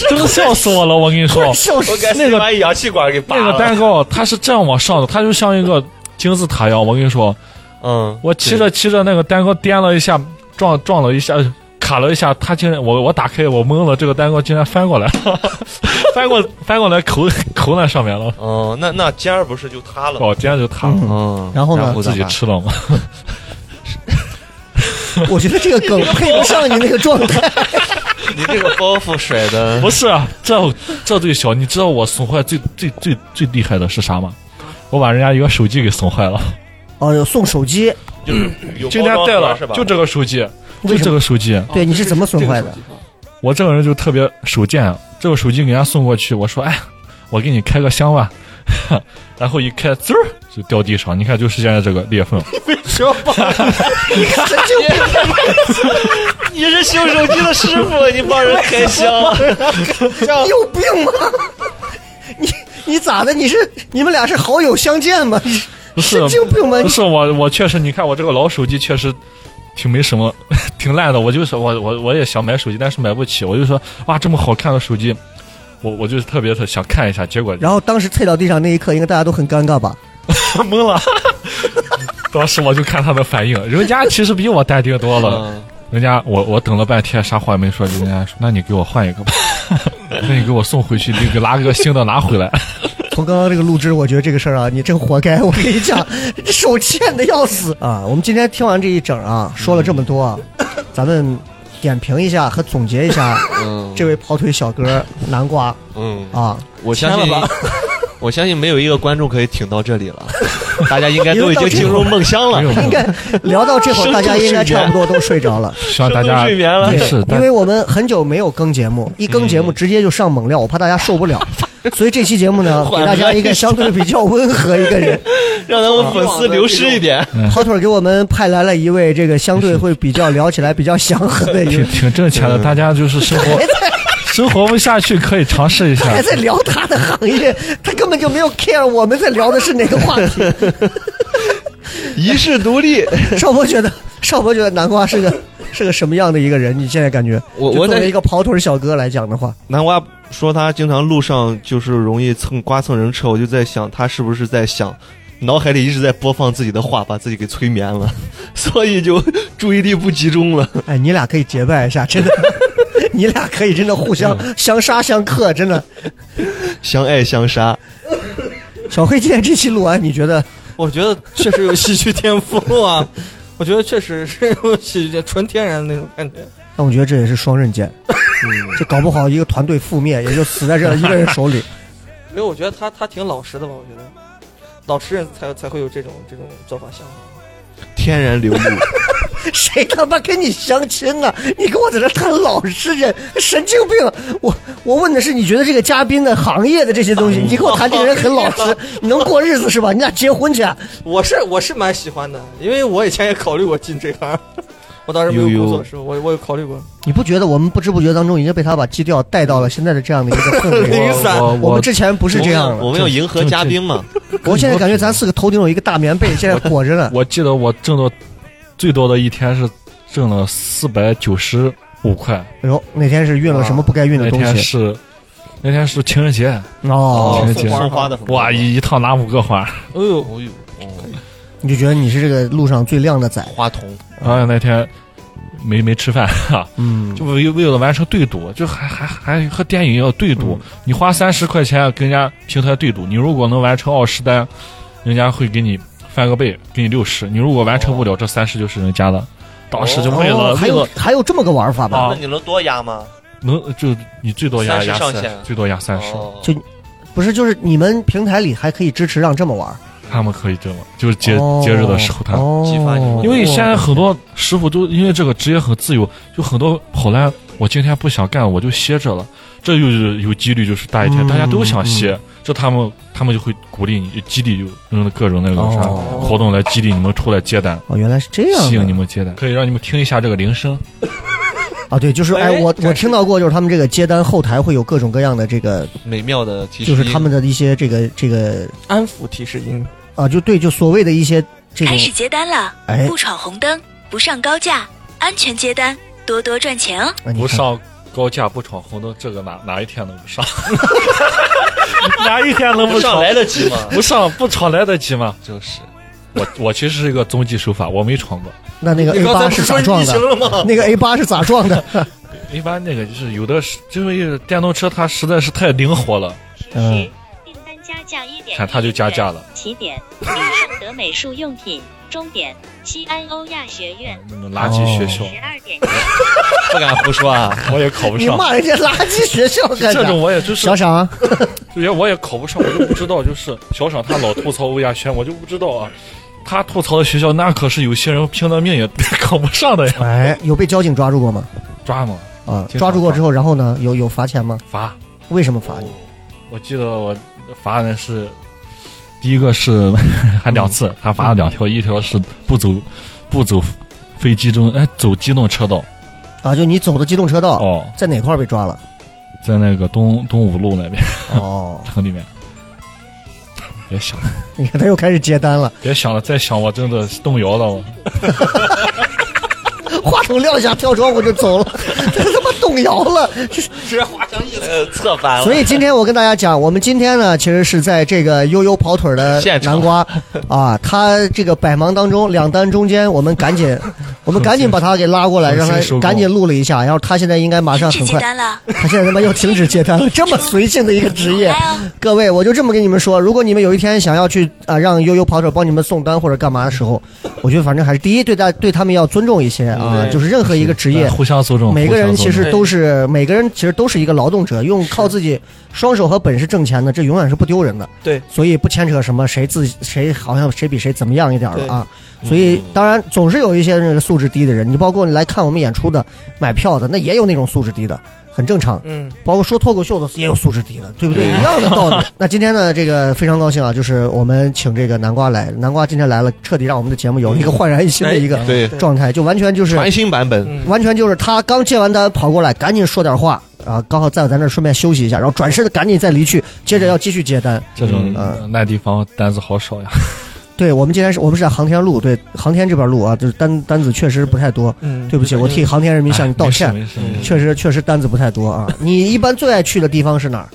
真真笑死我了！我跟你说，
笑死
我感觉把氧气管给拔
那个
了。
蛋糕它是这样往上的，它就像一个金字塔一样。我跟你说，
嗯，
我骑着骑着那个蛋糕颠了一下，撞撞了一下，呃卡了一下，它竟然我我打开我懵了，这个蛋糕竟然翻过来了， 翻过翻过来扣扣那上面了，
哦，那那尖儿不是就塌了吗？
哦，竟然就塌了，
嗯，
然后呢
然后自己吃了嘛。
我觉得这个梗配不上你那个状 态。
你这个包袱甩的，
不是啊，这这最小，你知道我损坏最最最最厉害的是啥吗？我把人家一个手机给损 坏了，
哦，有送手机，
就是有
今天
包装
带
盒
了
是吧？
就这个手机，
为
就
什
这
么
个手机，
对你是怎么损坏的？
我这个人就特别手贱啊，这个手机给人家送过去，我说哎，我给你开个箱吧， 然后一开滋儿就掉地上，你看就是现在这个裂缝，
你是修手机的师傅，你帮人开箱，
你有病吗？你你咋的？你是你们俩是好友相见吗？你
不是
神经病吗？
不是我我确实，你看我这个老手机确实挺没什么， 挺烂的，我就是我我我也想买手机，但是买不起，我就说哇这么好看的手机，我我就特别的想看一下，结果
然后当时踹到地上那一刻，应该大家都很尴尬吧？
懵了。 当时我就看他的反应，人家其实比我淡定多了。人家我我等了半天，啥话也没说，人家说那你给我换一个吧， 那你给我送回去，你给拉个新的拿回来。
从刚刚这个录制，我觉得这个事儿啊，你真活该！我跟你讲，这手欠的要死啊！我们今天听完这一整啊，说了这么多，啊，咱们点评一下和总结一下
嗯
这位跑腿小哥南瓜
嗯，
啊，
我相信， 我相信没有一个观众可以挺到这里 了，大家应该都已经进入梦乡
没有
了。
应
没有
该聊到这会儿，大家应该差不多都睡着 了。
希望大家
睡眠了
没
对
事，
因
但
为我们很久没有更节目，一更节目直接就上猛料，我怕大家受不了，所以这期节目呢，给大家一个相对比较温和一个人。
让咱们粉丝流失一点。
跑腿儿给我们派来了一位这个相对会比较聊起来比较祥和的一
挺
位，
挺挣钱的，大家就是生活生活不下去可以尝试一下
他。还在聊他的行 业，他根本就没有 care 我们在聊的是哪个话题。
一世独立，
少博觉得，少博觉得南瓜是个是个什么样的一个人？你现在感觉，
我
就
我
作
在
为一个跑腿儿小哥来讲的 话，
南瓜说他经常路上就是容易蹭刮蹭人车，我就在想他是不是在想，脑海里一直在播放自己的话，把自己给催眠了， 所以就注意力不集中了。
哎，你俩可以结拜一下， 真的。你俩可以真的互相
嗯
相杀相克，真的。
相爱相杀，
小黑今天这期录完，你觉得
我觉得确实有戏剧天赋啊，我觉得确实是有戏剧天纯天然的那种感觉。
但我觉得这也是双 刃剑，这搞不好一个团队覆灭，也就死在这一个人手里。
没有，我觉得他他挺老实的吧，我觉得老实人才才会有这种这种做法想法。
天然流露。
谁他妈跟你相亲呢？你跟我在这谈老实人，神经病！啊我我问的是你觉得这个嘉宾的行业的这些东西，你跟我谈这个人很老 实，你能过日子是吧？你俩结婚去？啊
我是我是蛮喜欢的，因为我以前也考虑过进这行， 我当时没
悠悠
有工作的时候，我我有考虑过。
你不觉得我们不知不觉当中已经被他把基调带到了现在的这样的一个氛围？
零散
我
我
我
们之前 不是这样的，
我们要迎合嘉宾嘛？
我现在感觉咱四个头顶有一个大棉被，现在裹着呢。
我记得我挣的最多的一天是挣了四百九十五块，
哎呦，那天是运了什么不该运的
那
东
天
西？
是那天是情人节，
哦，
情人节，
花的
哇，一一趟拿五个花，
哎呦，
哦呦，哦
你就觉得你是这个路上最靓的仔。
花童，
然后那天没没吃饭，哈，
嗯，
就为为了完成对赌，就还还还和电影要对
嗯
赌，你花三十块钱跟人家平台对赌，你如果能完成二十单，人家会给你翻个倍，给你六十；你如果完成不了，这三十就是人家的。当时就为了、
哦还
为
有
了
还有这么个玩法吧？
啊
那你能多压吗？
能就你最多压
30
压
上
三
限
十，最多压三十，
哦
就不是，就是你们平台里还可以支持让这么玩。
他们可以这么，就是节、
哦
节日的时候他们。
哦
激发你们的
因为现在很多师傅都因为这个职业很自由，就很多跑来，我今天不想干，我就歇着了。这就是有几率就是大一天，
嗯
大家都想歇，
嗯
这他们他们就会鼓励你，激励就用各种那种啥、
哦
活动来激励你们出来接单，
哦，原来是这样的。
吸引你们接单，可以让你们听一下这个铃声。
啊，对，就是哎，我我听到过，就是他们这个接单后台会有各种各样的这个，
美妙的提示
就
音，
是他们的一些这个这个
安抚提示音，
啊，就对，就所谓的一些这种
开始接单了，
哎
不闯红灯，不上高架，安全接单，多多赚钱哦。
啊你
不
看
上高架不闯红灯，这个哪哪一天能不上？ 哪一天能
不
不
上
上？
来得及吗？
不上不闯来得及吗？
就是
我我其实是一个踪迹手法，我没闯过。
那那个
你
A
刚才
八
不
是
是
咋
说你
撞
逆行
的？
了吗？
那个 A 八是咋撞的？
一般那个就是有的是，就是电动车它实在是太灵活了，
嗯，
订单加价一点，
看它就加价了。
起点李圣德美术用品，终点西安欧亚学院，
那种垃圾学校
十二点。
不敢胡说啊！
我也考不
你
上。
骂人家垃圾学校干
这
啥
种？我也就是
小，啊赏，
也我也考不上，我就不知道。就是小爽他老吐槽欧亚轩，我就不知道啊。他吐槽的学校，那可是有些人拼了命也 考不上的呀。
哎，有被交警抓住过吗？
抓嘛
啊，
经常
抓住过之后，然后呢，有有罚钱吗？
罚，
为什么罚你？
我记得我罚人是第一个是 还两
嗯
次，他罚了两条，一条是不走不走非机动，哎，走机动车道
啊，就你走的机动车道，
哦，
在哪块儿被抓了？
在那个东东五路那边
哦，
城里面。别想了，
你看他又开始接单了，
别想了，再想我真的动摇了。我
话筒撂下，跳窗户就走了，他他妈动摇了。
呃，侧翻了。
所以今天我跟大家讲，我们今天呢，其实是在这个悠悠跑腿儿的
现场
南瓜啊，他这个百忙当中两单中间，我们赶紧，我们赶紧把他给拉过来，让他
重新收工
赶紧录了一下，然后他现在应该马上
停
很
止接
快，
单了，
他现在他妈又停止接单了，这么随性的一个职业
来。哦，
各位，我就这么跟你们说，如果你们有一天想要去啊、让悠悠跑者帮你们送单或者干嘛的时候，我觉得反正还是第一对大对他们要尊重一些啊，就是任何一个职业，
互相尊重，
每个人
互相
其
尊重
实都是每个人其实都是一个劳动者，用靠自己双手和本事挣钱的，这永远是不丢人的。
对，
所以不牵扯什么谁自己谁好像谁比谁怎么样一点了啊。所以当然总是有一些那个素质低的人，你包括你来看我们演出的、买票的，那也有那种素质低的，很正常。
嗯，
包括说脱口秀的也有素质低的，对不对？一样的道 理。那今天呢，这个非常高兴啊，就是我们请这个南瓜来，南瓜今天来了，彻底让我们的节目有一个焕然一新的一个
哎
哎
对，
状态，就完全就是
全新版本，
嗯
完全就是他刚接完单跑过来，赶紧说点话啊，刚好在咱这儿顺便休息一下，然后转身赶紧再离去，接着要继续接单。
这种
嗯
那地方单子好少呀。
对我们今天是我们是在航天路，对航天这边路啊，就是单单子确实不太多，
嗯，
对不起，我替航天人民向你道歉嗯
哎， 没事没事没事
确实确实单子不太多啊。你一般最爱去的地方是哪儿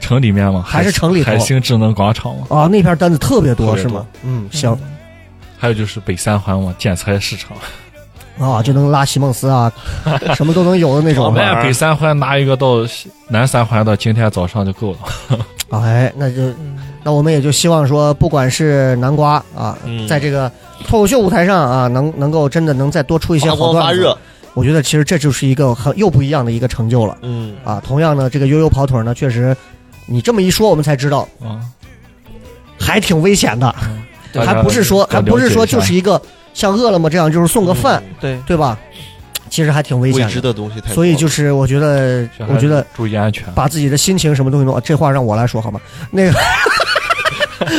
城里面嘛，
还是城里头
海星智能广场嘛，
啊？那片单子特别多
特别
是
多
吗？嗯，行
还有就是北三环嘛，建材市场。
嗯
啊，就能拉西蒙斯啊，什么都能有的那种
我
啊。
们北三环拿一个到南三环的，今天早上就够 了。
哎，那就
嗯
那我们也就希望说，不管是南瓜啊，
嗯
在这个脱口秀舞台上啊，能能够真的能再多出一些
发
好
光发
段子
热，，
我觉得其实这就是一个很又不一样的一个成就了
嗯，
啊。同样呢，这个悠悠跑腿呢，确实，你这么一说，我们才知道
啊，
还挺危险的，
大家
还不是说
多
还不是说
嗯了解一
就
下
是一个像饿了么这样，就是送个饭，
嗯对，
对吧？其实还挺危
未
险
知
的。
的东西太多了，
所以就是我觉得，
小孩
我觉得
注意安全。
把自己的心情什么东西弄，这话让我来说好吗？那个，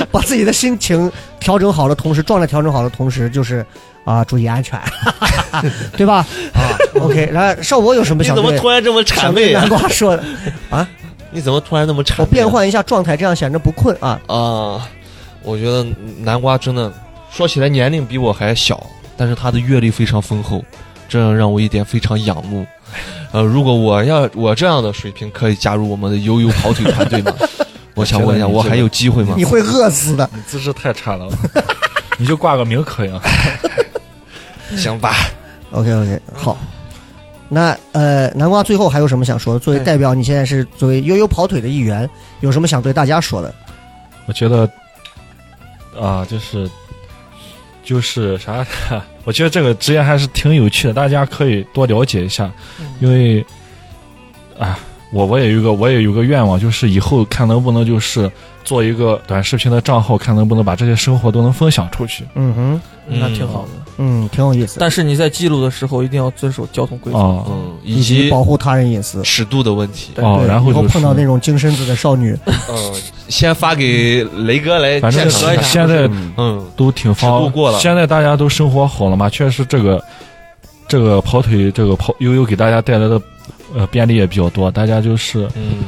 把自己的心情调整好的同时，状态调整好的同时，就是啊，注意安全， 对吧？啊，OK。然后少博有什么
你
想
怎么
对
突然这么谄
想对
媚
南
啊？
瓜说的？
你怎么突然那么谄媚啊？
我变换一下状态，这样显着不困啊。
啊，我觉得南瓜真的说起来年龄比我还小，但是他的阅历非常丰厚，这让我一点非常仰慕。呃，如果我要我这样的水平可以加入我们的悠悠跑腿团队吗？我想问一下，我
我觉得你这
还
个
有机会吗
啊
你？会饿死的。
你姿势太差了， 你就挂个名可以啊。
行吧，
OK OK，好。那呃，南瓜最后还有什么想说的？作
哎
为
对
代表，你现在是作为悠悠跑腿的一员，有什么想对大家说的？
我觉得啊，就是就是啥， 我觉得这个职业还是挺有趣的，大家可以多了解一下，
嗯
因为啊，我我也有一个我也有个愿望，就是以后看能不能就是做一个短视频的账号，看能不能把这些生活都能分享出去。
嗯哼，
那挺好的。
嗯，挺有意思的。
但是你在记录的时候一定要遵守交通规则。
啊
嗯，以
以及
及
保护他人隐私。
尺度的问题，
对
哦，
对
然后
以后
就是
碰到那种精身子的少女，
嗯，先发给雷哥来
反正
检核一下。
现在
嗯，
都挺
尺
方
度过了
现在大家都生活好了嘛，确实这个这个跑腿这个跑悠悠给大家带来的呃便利也比较多，大家就是
嗯，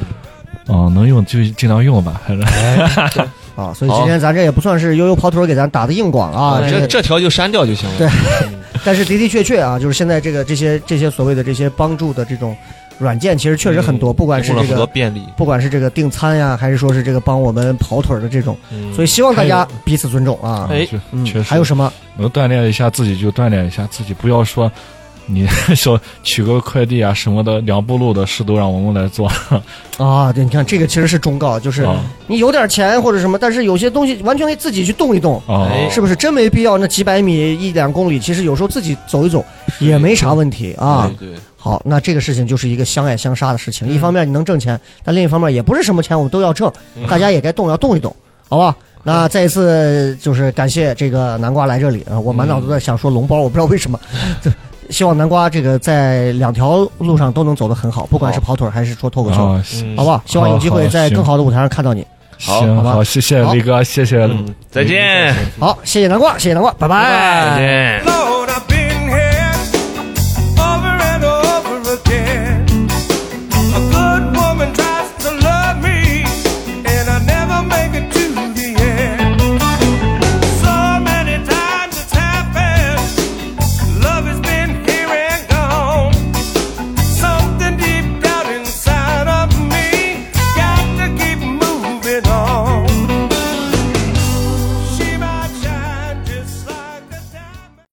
嗯、能用就尽量用吧，反正
哎啊，所以今天咱这也不算是悠悠跑腿儿给咱打的硬广啊，
这
这
这条就删掉就行了。
对但是的的确确啊，就是现在这个这些这些所谓的这些帮助的这种软件，其实确实很多，
嗯
不管是
提供
这
了很多
个
便利，
不管是这个订餐呀，还是说是这个帮我们跑腿儿的这种，
嗯
所以希望大家彼此尊重啊。
哎
就
嗯
确，实
还有什么？
能锻炼一下自己就锻炼一下自己，不要说你 说取个快递啊什么的，两步路的事都让我们来做
啊，对，你看这个其实是忠告，就是
啊
你有点钱或者什么，但是有些东西完全可以自己去动一动，
啊
哎
是不是？真没必要那几百米一两公里，其实有时候自己走一走也没啥问题啊。
对对。
好，那这个事情就是一个相爱相杀的事情，一方面你能挣钱，但另一方面也不是什么钱我们都要挣，大家也该动要动一动，好吧？那再一次就是感谢这个南瓜来这里啊，我满脑子在想说龙包，我不知道为什么。对 希望南瓜这个在两条路上都能走得很好，不管是跑腿儿还是说脱口秀，
啊，
嗯
好不好？希望有机会在哦更好的舞台上看到你。
好
行
好吧
好，谢谢
好
雷哥，谢谢
嗯，
再见，
好，谢谢南瓜，谢谢南瓜，拜拜
再见。